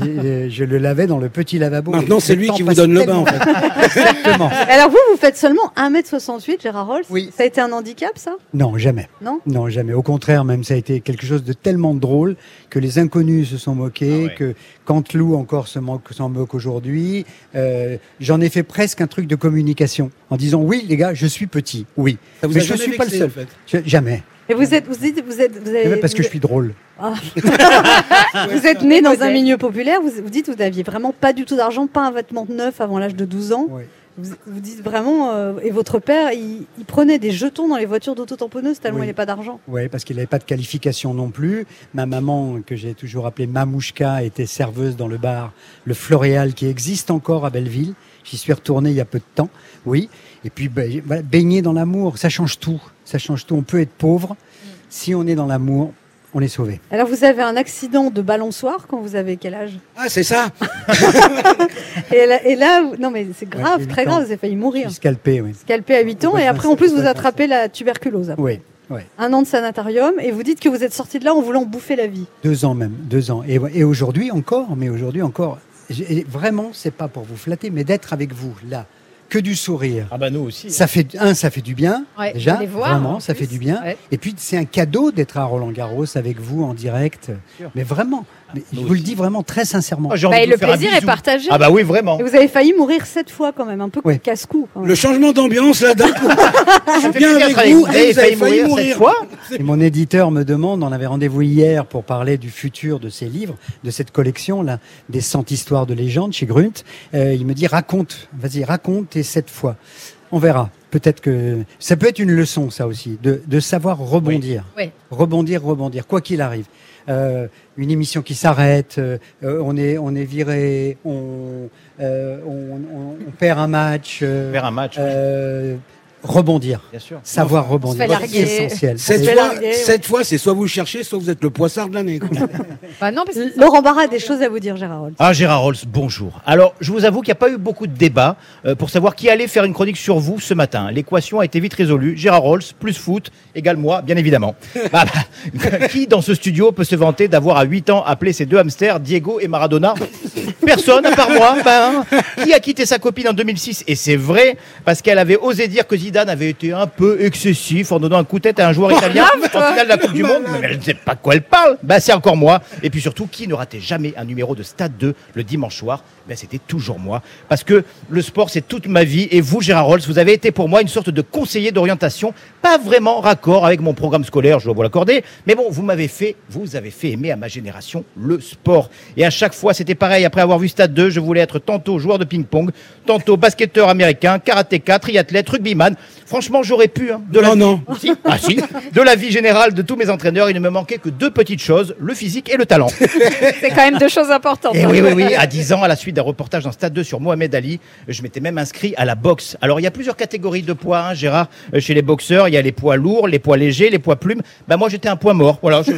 S11: Et, euh, je le lavais dans le petit lavabo.
S6: Maintenant, c'est lui
S11: temps
S6: qui vous
S11: passe
S6: donne le bain,
S11: tellement
S6: en fait.
S11: Exactement.
S3: Ah. Alors vous, vous faites seulement 1m68, Gérard Rolls Oui. Ça a été un handicap, ça
S11: Non, jamais.
S3: Non
S11: Non, jamais. Au contraire, même, ça a été quelque chose de tellement drôle que les inconnus se sont
S6: Ah
S11: moqués, que Canteloup encore se moque, s'en moque aujourd'hui. Euh, J'en ai fait presque un truc de communication en disant oui, les gars, je suis petit. Oui.
S6: Ça vous
S11: Mais
S6: a
S11: je
S6: jamais
S11: suis pas le
S6: vexé,
S11: seul.
S6: en fait
S11: Je- jamais.
S3: Et vous êtes, vous dites, vous êtes, vous avez-
S11: Jamais Eh ben, parce que je suis drôle.
S3: Ah. vous êtes né dans un milieu populaire. Vous, vous dites, vous n'aviez vraiment pas du tout d'argent, pas un vêtement neuf avant l'âge de 12 ans. Vous, vous dites vraiment, euh, et votre père, il, il prenait des jetons dans les voitures d'auto-tamponneuses tellement
S11: Oui.
S3: il n'avait pas d'argent.
S11: Oui, parce qu'il n'avait pas de qualification non plus. Ma maman, que j'ai toujours appelée Mamouchka, était serveuse dans le bar Le Floréal, qui existe encore à Belleville. J'y suis retourné il y a peu de temps, oui. Et puis, ben, j'ai- voilà, baigner dans l'amour, ça change tout. Ça change tout. On peut être pauvre. Si on est dans l'amour, on est sauvé.
S3: Alors vous avez un accident de balançoire quand vous avez quel âge
S6: Ah, c'est ça
S3: et là, et là, vous- non mais c'est grave,
S11: Ouais,
S3: très
S11: huit
S3: grave,
S11: ans.
S3: vous avez failli mourir.
S11: Scalpé, oui.
S3: Scalpé à 8 ans
S11: Ouais,
S3: et
S11: ça,
S3: après
S11: ça,
S3: en plus
S11: ça,
S3: vous
S11: ça,
S3: attrapez la tuberculose. après.
S11: Oui, oui.
S3: Un an de sanatorium et vous dites que vous êtes sorti de là en voulant bouffer la vie.
S11: Deux ans même, deux ans. Et, et aujourd'hui encore, mais aujourd'hui encore, j'ai- et vraiment, c'est pas pour vous flatter, mais d'être avec vous là, que du sourire.
S5: Ah bah nous aussi.
S11: Ça fait un, ça fait du bien.
S5: Ouais,
S11: déjà,
S5: de les voir, en
S11: vraiment, ça
S5: plus.
S11: fait du bien.
S5: Ouais.
S11: Et puis c'est un cadeau d'être à Roland Garros avec vous en direct.
S5: sûr.
S11: Mais vraiment, mais je vous le dis vraiment très sincèrement.
S3: Bah, et le plaisir est partagé.
S11: Ah,
S3: Et vous avez failli mourir sept fois quand même, un peu
S11: bah Ouais.
S3: casse-cou. quand même.
S6: Le changement d'ambiance, là, d'un coup. Je suis
S11: fait
S6: bien
S11: plaisir
S6: avec
S11: d'être
S6: vous,
S11: avec vous.
S6: et
S11: Eh,
S6: vous avez
S11: failli
S6: failli
S11: mourir
S6: mourir.
S11: cette fois. Et mon éditeur me demande, on avait rendez-vous hier pour parler du futur de ces livres, de cette collection là, des 100 histoires de légende chez Grunt. Euh, il me dit raconte, vas-y raconte et cette fois, on verra. Peut-être que ça peut être une leçon ça aussi, de, de savoir rebondir,
S4: Oui.
S11: rebondir, rebondir, quoi qu'il arrive. Euh, une émission qui s'arrête, euh, euh, on est on est viré, on, euh, on, on- on perd un match, euh,
S5: Perd un match, oui.
S11: euh, rebondir,
S5: Bien sûr.
S11: savoir
S5: On se
S11: rebondir,
S5: fait larguer.
S11: c'est essentiel.
S6: Cette
S11: C'est-
S6: fois, cette fois, c'est soit vous cherchez, soit vous êtes le poissard de l'année. quoi.
S4: Bah non, parce que
S3: Laurent Barra a des choses à vous dire, Gérard Rolls.
S5: Ah Gérard Rolls, bonjour. Alors, je vous avoue qu'il n'y a pas eu beaucoup de débats euh, pour savoir qui allait faire une chronique sur vous ce matin. L'équation a été vite résolue. Gérard Rolls plus foot égale moi, bien évidemment. Bah, bah, qui dans ce studio peut se vanter d'avoir à 8 ans appelé ses deux hamsters Diego et Maradona Personne, à part moi. Pas un. Qui a quitté sa copine en 2006 Et c'est vrai, parce qu'elle avait osé dire que Zidane avait été un peu excessif en donnant un coup de tête à un
S3: Oh,
S5: joueur italien
S15: grave,
S5: en
S15: toi.
S5: finale de la Coupe du Monde. Mais elle ne sait pas de quoi elle parle. Bah, c'est encore moi. Et puis surtout, qui ne ratait jamais un numéro de Stade 2 le dimanche soir ben, C'était toujours moi. Parce que le sport, c'est toute ma vie. Et vous, Gérard Rolls, vous avez été pour moi une sorte de conseiller d'orientation, pas vraiment raccord avec mon programme scolaire, je dois vous l'accorder. Mais bon, vous m'avez fait, vous avez fait aimer à ma génération le sport. Et à chaque fois, c'était pareil. Après avoir vu Stade 2, je voulais être tantôt joueur de ping-pong, tantôt basketteur américain, karatéka, triathlète, rugbyman. Franchement, j'aurais pu. hein, de la vie- Si. Ah, si. De la vie générale de tous mes entraîneurs, il ne me manquait que deux petites choses, le physique et le talent.
S4: c'est quand même deux choses importantes.
S5: Et
S4: hein.
S5: oui, oui, oui, à 10 ans, à la suite d'un reportage dans Stade 2 sur Mohamed Ali, je m'étais même inscrit à la boxe. Alors, il y a plusieurs catégories de poids, hein, Gérard, Euh, chez les boxeurs. Il y a les poids lourds, les poids légers, les poids plumes. Bah, moi, j'étais un poids mort. Voilà, je-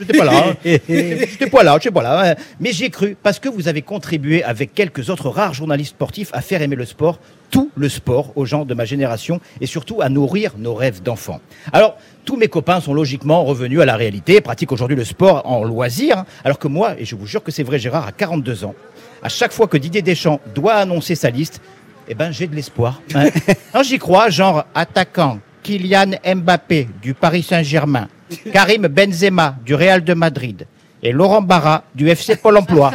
S5: j'étais pas là. hein. J'étais pas là, j'étais pas là. hein. Mais j'y ai cru, parce que vous avez contribué, avec quelques autres rares journalistes sportifs, à faire aimer le sport, tout le sport, aux gens de ma génération, et surtout à nourrir nos rêves d'enfants. Alors, tous mes copains sont logiquement revenus à la réalité et pratiquent aujourd'hui le sport en loisir, hein, alors que moi, et je vous jure que c'est vrai Gérard, à 42 ans, à chaque fois que Didier Deschamps doit annoncer sa liste, eh ben j'ai de l'espoir. hein. Non, J'y crois, genre attaquant Kylian Mbappé du Paris Saint-Germain, Karim Benzema du Real de Madrid et Laurent Barra du FC Pôle Emploi.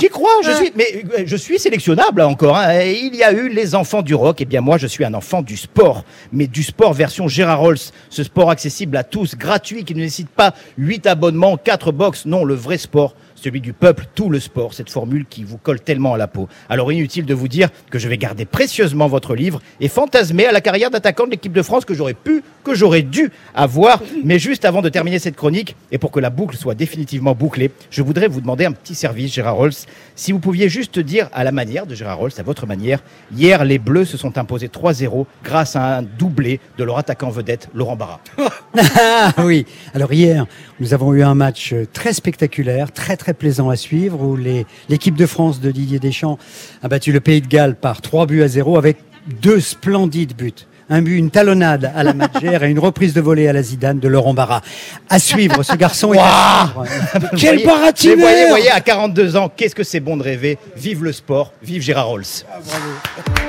S5: J'y crois, je suis, mais euh, je suis sélectionnable là, encore. hein. Et Il y a eu les enfants du rock. Et bien moi, je suis un enfant du sport, mais du sport version Gérard Rolls. Ce sport accessible à tous, gratuit, qui ne nécessite pas 8 abonnements, 4 box. Non, le vrai sport, celui du peuple, tout le sport, cette formule qui vous colle tellement à la peau. Alors inutile de vous dire que je vais garder précieusement votre livre et fantasmer à la carrière d'attaquant de l'équipe de France que j'aurais pu, que j'aurais dû avoir. Mais juste avant de terminer cette chronique, et pour que la boucle soit définitivement bouclée, je voudrais vous demander un petit service, Gérard Rolls. Si vous pouviez juste dire à la manière de Gérard Rolls, à votre manière, hier les Bleus se sont imposés 3-0 grâce à un doublé de leur attaquant vedette, Laurent Barra.
S11: Ah oui. Alors hier, nous avons eu un match euh, très spectaculaire, très très plaisant à suivre, où les- l'équipe de France de Didier Deschamps a battu le Pays de Galles par 3 buts à 0 avec deux splendides buts. Un but, une talonnade à la Madjer et une reprise de volée à la Zidane de Laurent Barra. À suivre, ce garçon est à
S5: Waouh
S11: suivre.
S5: Vous
S11: Quel
S5: voyez- mais
S11: baratineur
S5: voyez, voyez, à 42 ans, qu'est-ce que c'est bon de rêver Vive le sport, vive Gérard Rolls.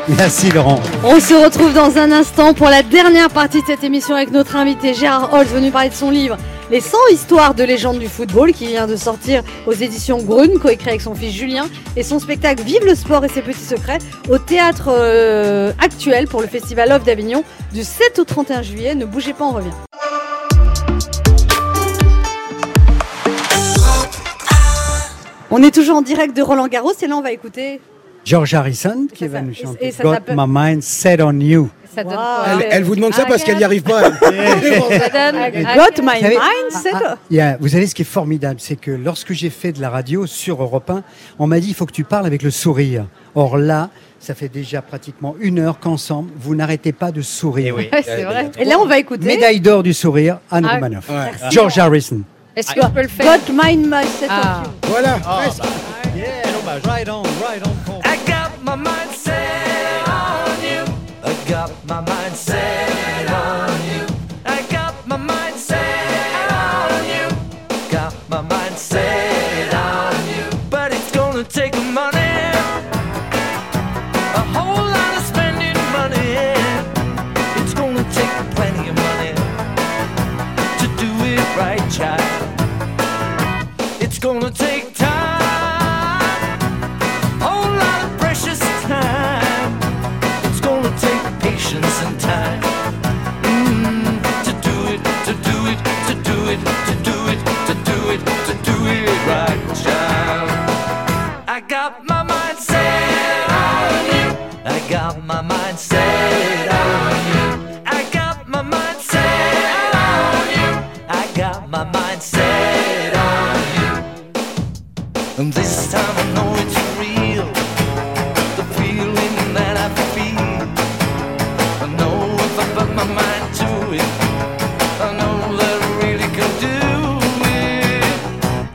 S11: Merci Laurent.
S3: On se retrouve dans un instant pour la dernière partie de cette émission avec notre invité Gérard Holz, venu parler de son livre Les 100 histoires de légendes du football, qui vient de sortir aux éditions Grune, coécrit avec son fils Julien, et son spectacle Vive le sport et ses petits secrets au théâtre euh, actuel pour le Festival Off d'Avignon du 7 au 31 juillet. Ne bougez pas, on revient. On est toujours en direct de Roland Garros et là on va écouter.
S11: George Harrison qui va nous
S3: et-
S11: chanter
S3: et ça
S11: Got
S3: s'appelle- Ah,
S11: My Mind Set on You.
S3: Ça donne
S6: Elle, elle vous demande ça parce qu'elle n'y arrive pas.
S3: Got my
S11: Vous savez-
S3: mind, c'est tout.
S11: Il y a- vous savez, ce qui est formidable, c'est que lorsque j'ai fait de la radio sur Europe 1, on m'a dit il faut que tu parles avec le sourire. Or là, ça fait déjà pratiquement une heure qu'ensemble, vous n'arrêez pas de sourire.
S3: Ouais, c'est vrai. Et là, on va écouter.
S11: Médaille d'or du sourire, Anne
S3: Ah,
S11: Romanoff.
S3: merci.
S11: George Harrison.
S3: Est-ce que je peux le faire Ah. Got my mind, c'est tout.
S6: Voilà.
S4: Ah.
S15: Right on, right on. I got my mind set on you. I got my mind set on you. I got my mind set on you. Got my mind set on you. But it's gonna take money. A whole lot of spending money. It's gonna take plenty of money to do it right, child. It's gonna take time whole lot of precious time. It's gonna take patience and time mm, to do it, to do it, to do it, to do it, to do it, to do it right, child. I got my mind set on you. I got my mind set on you. I got my mind set on you. I got my mind set on you. And this time I know it's real. The feeling that I feel. I know if I put my mind to it, I know that I really can do it.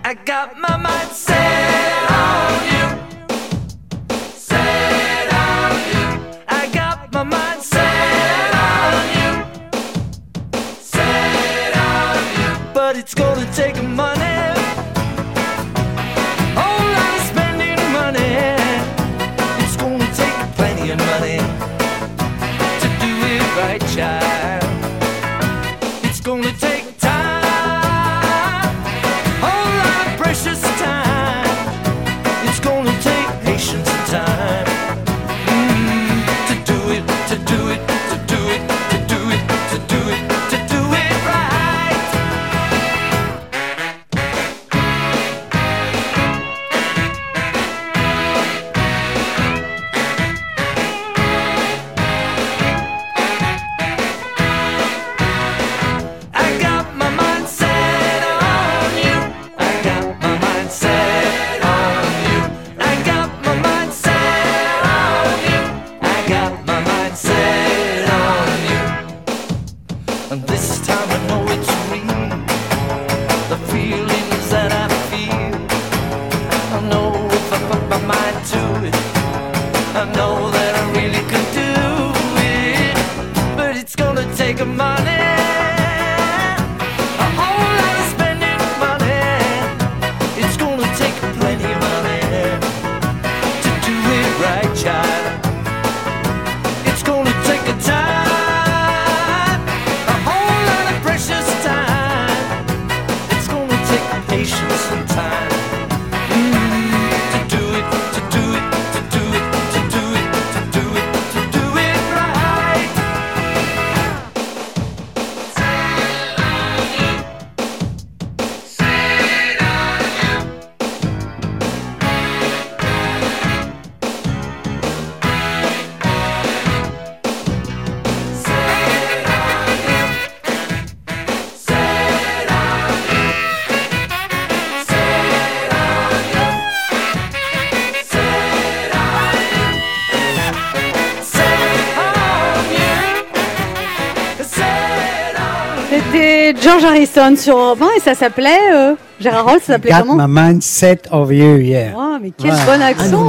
S15: I got my mind set on you. Set on you. I got my mind set on you. Set on you. But it's gonna take money. Whole lot of spending money. It's gonna take plenty of money to do it right, child. It's gonna take time, whole lot of precious time. It's gonna take patience and time mm, to do it, to do it, to do it, to do it, to do it, to do it right. I got my mind set on you. I got my mind set on you. I got my mind set
S3: C'était George Harrison sur Europe 1 et ça s'appelait. euh, Gérard Roll, ça s'appelait
S11: Got
S3: comment
S11: my mind set over you, yeah.
S3: Oh, mais quel
S11: Voilà.
S3: bon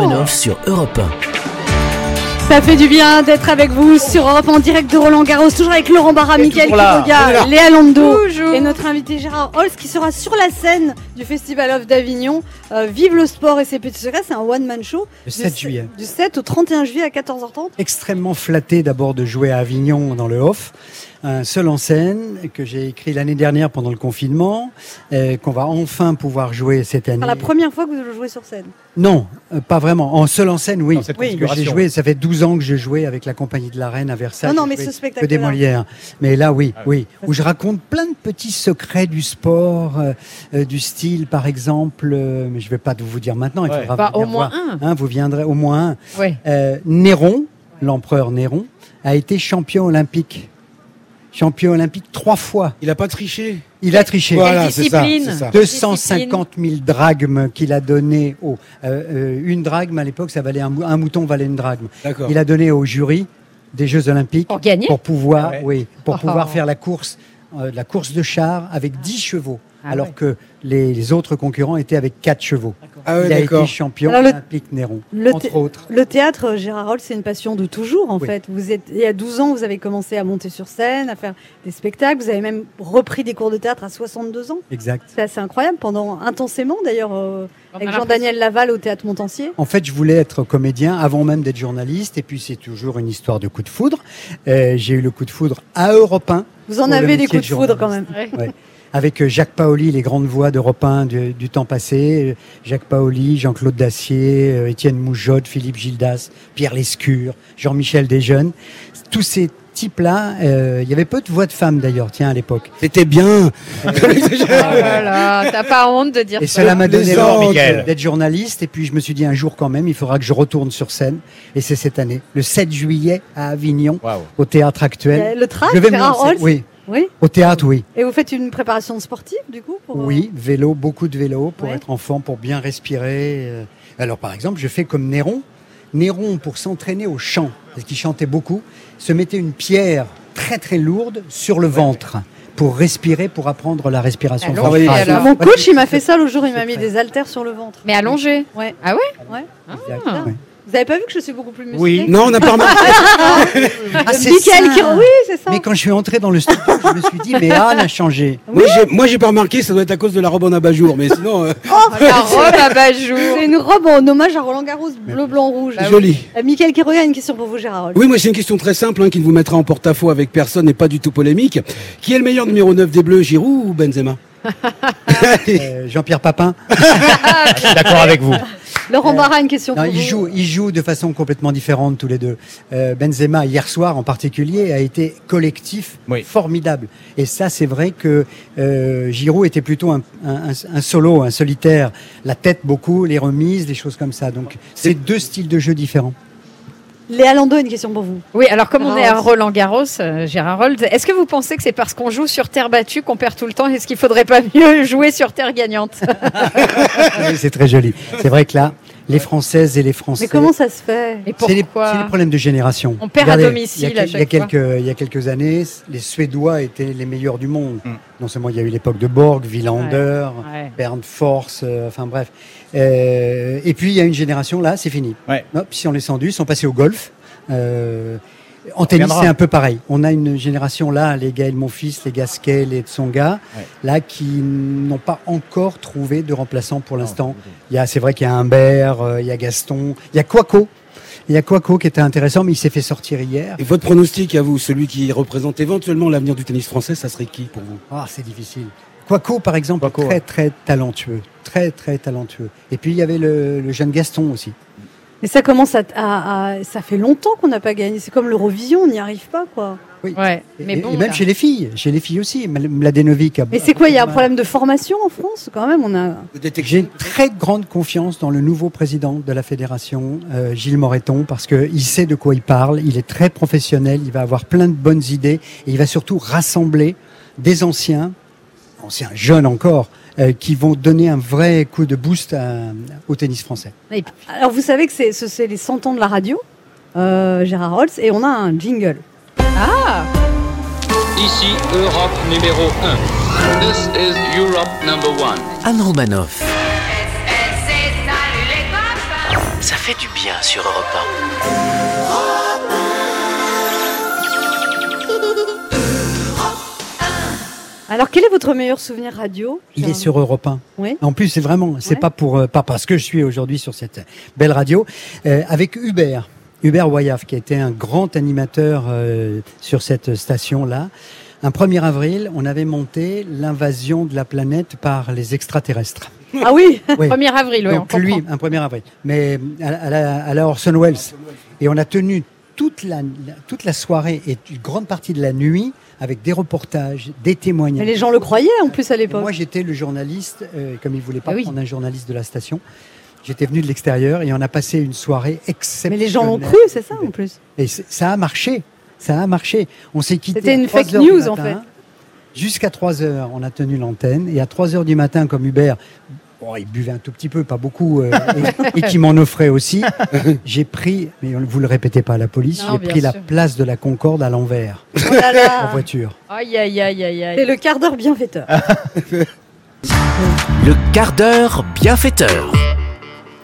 S3: accent
S2: sur Europe 1.
S3: Ça fait du bien d'être avec vous sur Europe en direct de Roland Garros, toujours avec Laurent Barra, Mickaël
S4: toujours là. On est là.
S3: Kiroga, Léa Lando et notre invité Gérard Holz qui sera sur la scène du Festival of d'Avignon. Euh, vive le sport et ses petits secrets, c'est un one-man show.
S11: Le
S3: du
S11: 7
S3: se-
S11: juillet.
S3: Du 7 au 31 juillet à 14h30.
S11: extrêmement flatté d'abord de jouer à Avignon dans le off. Un seul en scène que j'ai écrit l'année dernière pendant le confinement, euh, qu'on va enfin pouvoir jouer cette année.
S3: C'est la première fois que vous le jouez sur scène.
S11: Non, euh, pas vraiment. En seul en scène, oui.
S3: cette
S11: Parce que j'ai
S3: configuration.
S11: joué, ça fait 12 ans que je jouais avec la compagnie de la Reine à Versailles.
S3: Non, non,
S11: J'ai
S3: mais
S11: joué
S3: ce
S11: que
S3: spectacle-là.
S11: des Molières. Mais là, oui, oui. Où je raconte plein de petits secrets du sport, euh, euh, du style, par exemple. euh, mais je vais pas tout vous dire maintenant. Il
S4: Ouais.
S11: faudra
S4: Bah,
S11: venir
S4: au moins
S11: voir, hein, vous viendrez au moins un.
S4: Ouais.
S11: Euh, Néron, l'empereur Néron, a été champion olympique. Champion olympique trois fois.
S6: Il n'a pas triché
S11: Il a triché.
S6: Voilà, Quelle c'est ça, discipline c'est ça.
S11: 250 000 drachmes qu'il a donné au. euh, euh, une drachme à l'époque, ça valait un, mou- un mouton valait une drachme.
S6: D'accord.
S11: Il a donné au jury des Jeux Olympiques pour,
S4: gagner
S11: pouvoir,
S6: Ah ouais.
S11: oui, pour
S6: Oh.
S11: pouvoir faire la course, euh, la course de char avec 10 chevaux,
S6: Ah
S11: alors
S6: ouais.
S11: que les, les autres concurrents étaient avec 4 chevaux.
S6: Ah ouais,
S11: Il a été
S6: d'accord.
S11: champion
S3: Alors le-
S11: olympique Néron,
S3: Le,
S11: entre
S3: thé-
S11: autres.
S3: le théâtre, euh, Gérard Roll, c'est une passion de toujours, en
S11: Oui.
S3: fait. Vous êtes, il y a 12 ans, vous avez commencé à monter sur scène, à faire des spectacles. Vous avez même repris des cours de théâtre à 62 ans.
S11: Exact.
S3: C'est assez incroyable, pendant intensément d'ailleurs, euh, avec
S11: l'impression-
S3: Jean-Daniel Laval au théâtre Montancier.
S11: En fait, je voulais être comédien avant même d'être journaliste, et puis c'est toujours une histoire de coup de foudre. Euh, j'ai eu le coup de foudre à Europe 1.
S3: Vous en
S11: pour le
S3: avez des
S11: métier
S3: coups de foudre quand même.
S11: journaliste. Ouais. Avec euh, Jacques Paoli, les grandes voix d'Europe 1 du, du temps passé. Euh, Jacques Paoli, Jean-Claude Dacier, euh, Étienne Moujotte, Philippe Gildas, Pierre Lescure, Jean-Michel Desjeunes. Tous ces types-là, euh, il y avait peu de voix de femmes d'ailleurs, tiens, à l'époque. Euh,
S6: C'était bien
S4: Voilà, t'as pas honte de dire
S11: Et
S4: ça.
S11: cela m'a donné
S6: Plaisante.
S11: l'envie de- d'être journaliste. Et puis je me suis dit un jour quand même, il faudra que je retourne sur scène. Et c'est cette année, le 7 juillet à Avignon, au théâtre actuel.
S3: Euh, Le track,
S11: je vais me
S3: Gérard
S11: lancer.
S3: Roll
S11: Oui,
S3: oui.
S11: au théâtre, oui.
S3: Et vous faites une préparation sportive, du coup pour, euh,
S11: Oui, vélo, beaucoup de vélo pour
S3: Ouais.
S11: être en forme, pour bien respirer. euh. Alors par exemple, je fais comme Néron. Néron, pour s'entraîner au chant, parce qu'il chantait beaucoup, se mettait une pierre très très lourde sur le ventre pour respirer, pour apprendre la respiration.
S3: Alors,
S11: ventrale.
S3: Ah, Mon coach, il m'a fait ça le jour, il m'a mis des haltères sur le ventre.
S4: Mais allongé
S3: Ouais.
S4: Ah
S3: ouais Ouais.
S11: Exact,
S3: Ah.
S11: ouais.
S3: Vous avez pas vu que je suis beaucoup plus musclée
S11: Oui. Non, on n'a pas remarqué. Ah, c'est
S3: Michael
S11: ça.
S3: qui- Oui, c'est ça.
S11: Mais quand je suis entré dans le studio, je me suis dit, mais Anne a changé.
S6: Moi, j'ai- Moi, j'ai pas remarqué, ça doit être à cause de la robe en abat-jour, mais sinon. euh,
S4: la robe à bajoux.
S3: Oh, C'est une robe en hommage à Roland Garros, bleu, blanc, rouge.
S6: Bah oui. Joli.
S3: Euh, Michael Quiroga a une question pour vous, Gérard. Roll.
S6: Oui, moi, c'est une question très simple hein, qui ne vous mettra en porte-à-faux avec personne et pas du tout polémique. Qui est le meilleur numéro 9 des Bleus, Giroud ou Benzema
S11: Euh, Jean-Pierre Papin.
S5: D'accord avec vous.
S3: Laurent Barra, une question
S11: Non,
S3: pour
S11: ils
S3: vous.
S11: jouent, ils jouent de façon complètement différente tous les deux. Euh, Benzema hier soir en particulier a été collectif, formidable. Et ça, c'est vrai que euh, Giroud était plutôt un, un- un- un solo, un solitaire, la tête beaucoup, les remises, des choses comme ça. Donc c'est deux styles de jeu différents.
S3: Léa Lando, une question pour vous.
S4: Oui, alors comme on est à
S3: Roland.
S4: Roland Garros, euh, Gérard Rold, est-ce que vous pensez que c'est parce qu'on joue sur terre battue qu'on perd tout le temps Est-ce qu'il faudrait pas mieux jouer sur terre gagnante
S5: Ah
S11: Oui, c'est très joli. C'est vrai que là, les Françaises et les Français.
S3: Mais comment ça se fait
S4: Et
S11: C'est les,
S4: pourquoi
S11: c'est les problèmes de génération.
S4: On perd à
S11: Regardez,
S4: domicile
S11: il y a,
S4: à
S11: quel- il y a
S4: chaque
S11: quelques, Il y a quelques années, les Suédois étaient les meilleurs du monde. Non seulement il y a eu l'époque de Borg, Villander,
S4: Ouais, ouais.
S11: Bernd Force, euh, enfin bref. Euh, et puis il y a une génération, là, c'est fini. Hop, si on les sendus, ils sont passés au golf. Euh, en tennis,
S5: reviendra.
S11: c'est un peu pareil. On a une génération là, les Gaël Monfils, les Gasquet, les Tsonga,
S5: Ouais.
S11: là, qui n'ont pas encore trouvé de remplaçant pour l'instant. Il y a, c'est vrai qu'il y a Humbert, euh, il y a Gaston, il y a Quaco. Il y a Quaco qui était intéressant, mais il s'est fait sortir hier.
S6: Et votre pronostic à vous, celui qui représente éventuellement l'avenir du tennis français, ça serait qui pour vous
S11: Ah, c'est difficile. Quaco, par exemple, est très, très talentueux. Très, très talentueux. Et puis, il y avait le, le jeune Gaston aussi.
S3: Mais ça commence à, à- à- ça fait longtemps qu'on n'a pas gagné. C'est comme l'Eurovision, on n'y arrive pas, quoi.
S11: Oui.
S4: Ouais,
S11: et, et même chez les Bah, filles. Chez les filles aussi. Ml- Mladenovic a
S3: Mais c'est quoi Il y a un problème de formation en France, quand même. On a.
S11: J'ai une très grande confiance dans le nouveau président de la fédération, euh, Gilles Moreton, parce qu'il sait de quoi il parle, il est très professionnel, il va avoir plein de bonnes idées et il va surtout rassembler des anciens, anciens jeunes encore, euh, qui vont donner un vrai coup de boost à- au tennis français.
S3: Et- Alors vous savez que c'est ce- c'est les 100 ans de la radio, euh, Gérard Rolls, et on a un jingle.
S4: Ah
S16: Ici Europe numéro 1. This is Europe number 1.
S2: Anne Romanoff. Ça fait du bien sur Europe
S3: 1. Alors, quel est votre meilleur souvenir radio
S11: Il est sur Europe 1.
S3: Oui.
S11: En plus, c'est vraiment, c'est pas pour euh, pas parce que je suis aujourd'hui sur cette belle radio euh, avec Hubert. Hubert Wayaf, qui était un grand animateur euh, sur cette station-là. Un 1er avril, on avait monté l'invasion de la planète par les extraterrestres.
S4: Ah oui,
S11: Oui.
S4: 1er avril, ouais,
S11: Donc
S4: on
S11: lui,
S4: comprend.
S11: un 1er avril. Mais à, à la, à la Orson Welles. Et on a tenu toute la, la- toute la soirée et une grande partie de la nuit avec des reportages, des témoignages.
S3: Mais les gens le croyaient en plus à l'époque. Ah
S11: Moi j'étais le journaliste, euh, comme ils voulaient pas prendre un journaliste de la station. J'étais venu de l'extérieur et on a passé une soirée
S3: Mais
S11: exceptionnelle.
S3: les gens l'ont cru, c'est ça en plus.
S11: Et c- ça a marché. Ça a marché. On s'est quitté.
S3: C'était
S11: à
S3: une
S11: 3
S3: fake
S11: heures du
S3: news, en
S11: matin. Jusqu'à 3 heures, on a tenu l'antenne. Et à 3 heures du matin, comme Hubert, bon, il buvait un tout petit peu, pas beaucoup, euh, et, et qui m'en offrait aussi, j'ai pris, mais on- vous le répétez pas à la police,
S4: Non,
S11: j'ai
S4: bien
S11: pris la
S4: sûr.
S11: place de la Concorde à l'envers.
S3: Oh
S4: là là.
S11: En voiture.
S4: Aïe, aïe, aïe, aïe, aïe.
S3: C'est le quart d'heure bienfaiteur.
S2: Le quart d'heure bienfaiteur.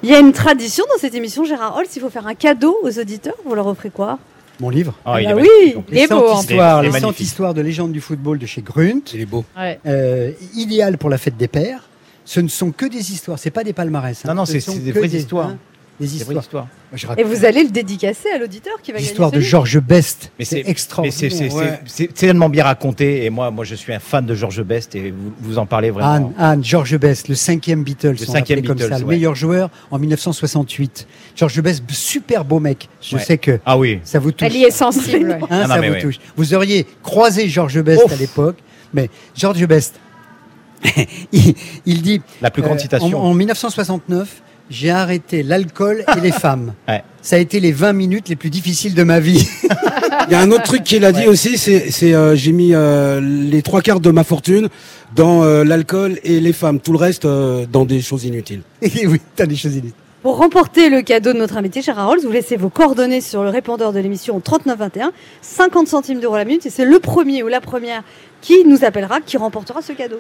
S3: Il y a une tradition dans cette émission, Gérard Holtz, il faut faire un cadeau aux auditeurs. Vous leur offrez quoi
S11: Mon livre
S3: Ah, Ah il est bah magnifique, oui, en plus. il est
S11: Les
S3: beau,
S11: 100
S3: en plus. Il
S11: histoires,
S3: est
S11: les 100
S3: magnifique.
S11: histoires de légende du football de chez Grunt.
S6: Il est beau.
S4: Ouais.
S11: Euh, idéal pour la fête des pères. Ce ne sont que des histoires, c'est pas des palmarès. hein.
S5: Non, non,
S11: Ce
S5: c'est-
S11: sont
S5: c'est des
S11: que
S5: vraies histoires.
S11: hein, des
S5: Des vraies
S11: histoires.
S5: histoires.
S11: Moi, je
S3: Et
S11: raconte
S3: vous allez le dédicacer à l'auditeur qui va gagner.
S11: L'histoire
S3: ce
S11: de
S3: livre.
S11: Georges Best.
S5: Mais
S11: C'est
S5: c'est mais
S11: extraordinaire.
S5: c'est- c'est-
S11: Ouais.
S5: c'est- c'est tellement bien raconté. Et moi, moi, je suis un fan de George Best et vous, vous en parlez vraiment.
S11: Anne, Anne, George Best, le cinquième Beatles,
S5: Le
S11: on
S5: cinquième
S11: l'appelait comme
S5: Beatles,
S11: ça, le
S5: ouais.
S11: meilleur joueur en 1968. George Best, super beau mec. Je
S5: Ouais.
S11: sais que
S5: ah oui.
S11: ça vous touche.
S4: Elle y est sensible. ouais.
S11: Hein,
S5: Ah non,
S11: ça
S5: mais
S11: vous
S5: oui.
S11: touche. Vous auriez croisé Georges Best à l'époque, mais Georges Best, il, il dit. euh,
S5: La plus grande citation.
S11: En, en 1969, j'ai arrêté l'alcool et les femmes.
S5: Ouais.
S11: Ça a été les 20 minutes les plus difficiles de ma vie.
S6: Il y a un autre truc qu'il a dit aussi, c'est c'est, euh, j'ai mis euh, les trois quarts de ma fortune dans euh, l'alcool et les femmes, tout le reste euh, dans des choses inutiles.
S11: Et oui, t'as des choses inutiles.
S3: Pour remporter le cadeau de notre invité, Gérard Holtz, vous laissez vos coordonnées sur le répondeur de l'émission au 3921, 50 centimes d'euros la minute, et c'est le premier ou la première qui nous appellera, qui remportera ce cadeau.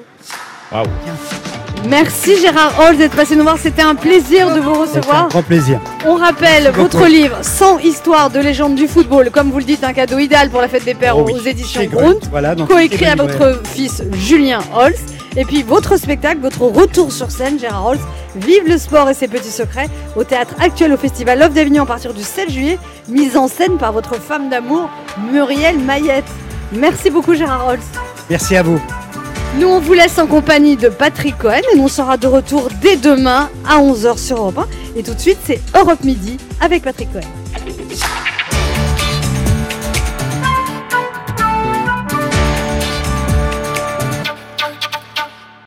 S5: Waouh.
S3: Merci Gérard Holtz d'être passé nous voir, c'était un plaisir de vous
S11: C'est un
S3: recevoir.
S11: grand plaisir.
S3: On rappelle
S11: Merci beaucoup.
S3: votre livre 100 histoires de légendes du football, comme vous le dites, un cadeau idéal pour la fête des pères
S11: Oh
S3: aux
S11: oui,
S3: éditions
S11: chez
S3: Grunt,
S11: Grunt, voilà, dans toutes
S3: coécrit
S11: les
S3: à
S11: librairies.
S3: votre fils Julien Holz. Et puis votre spectacle, votre retour sur scène, Gérard Holz, Vive le sport et ses petits secrets, au théâtre actuel au Festival Love d'Avignon à partir du 7 juillet, mise en scène par votre femme d'amour, Muriel Mayette. Merci beaucoup Gérard Holz.
S11: Merci à vous.
S3: Nous, on vous laisse en compagnie de Patrick Cohen et on sera de retour dès demain à 11h sur Europe 1. Et tout de suite, c'est Europe Midi avec Patrick Cohen.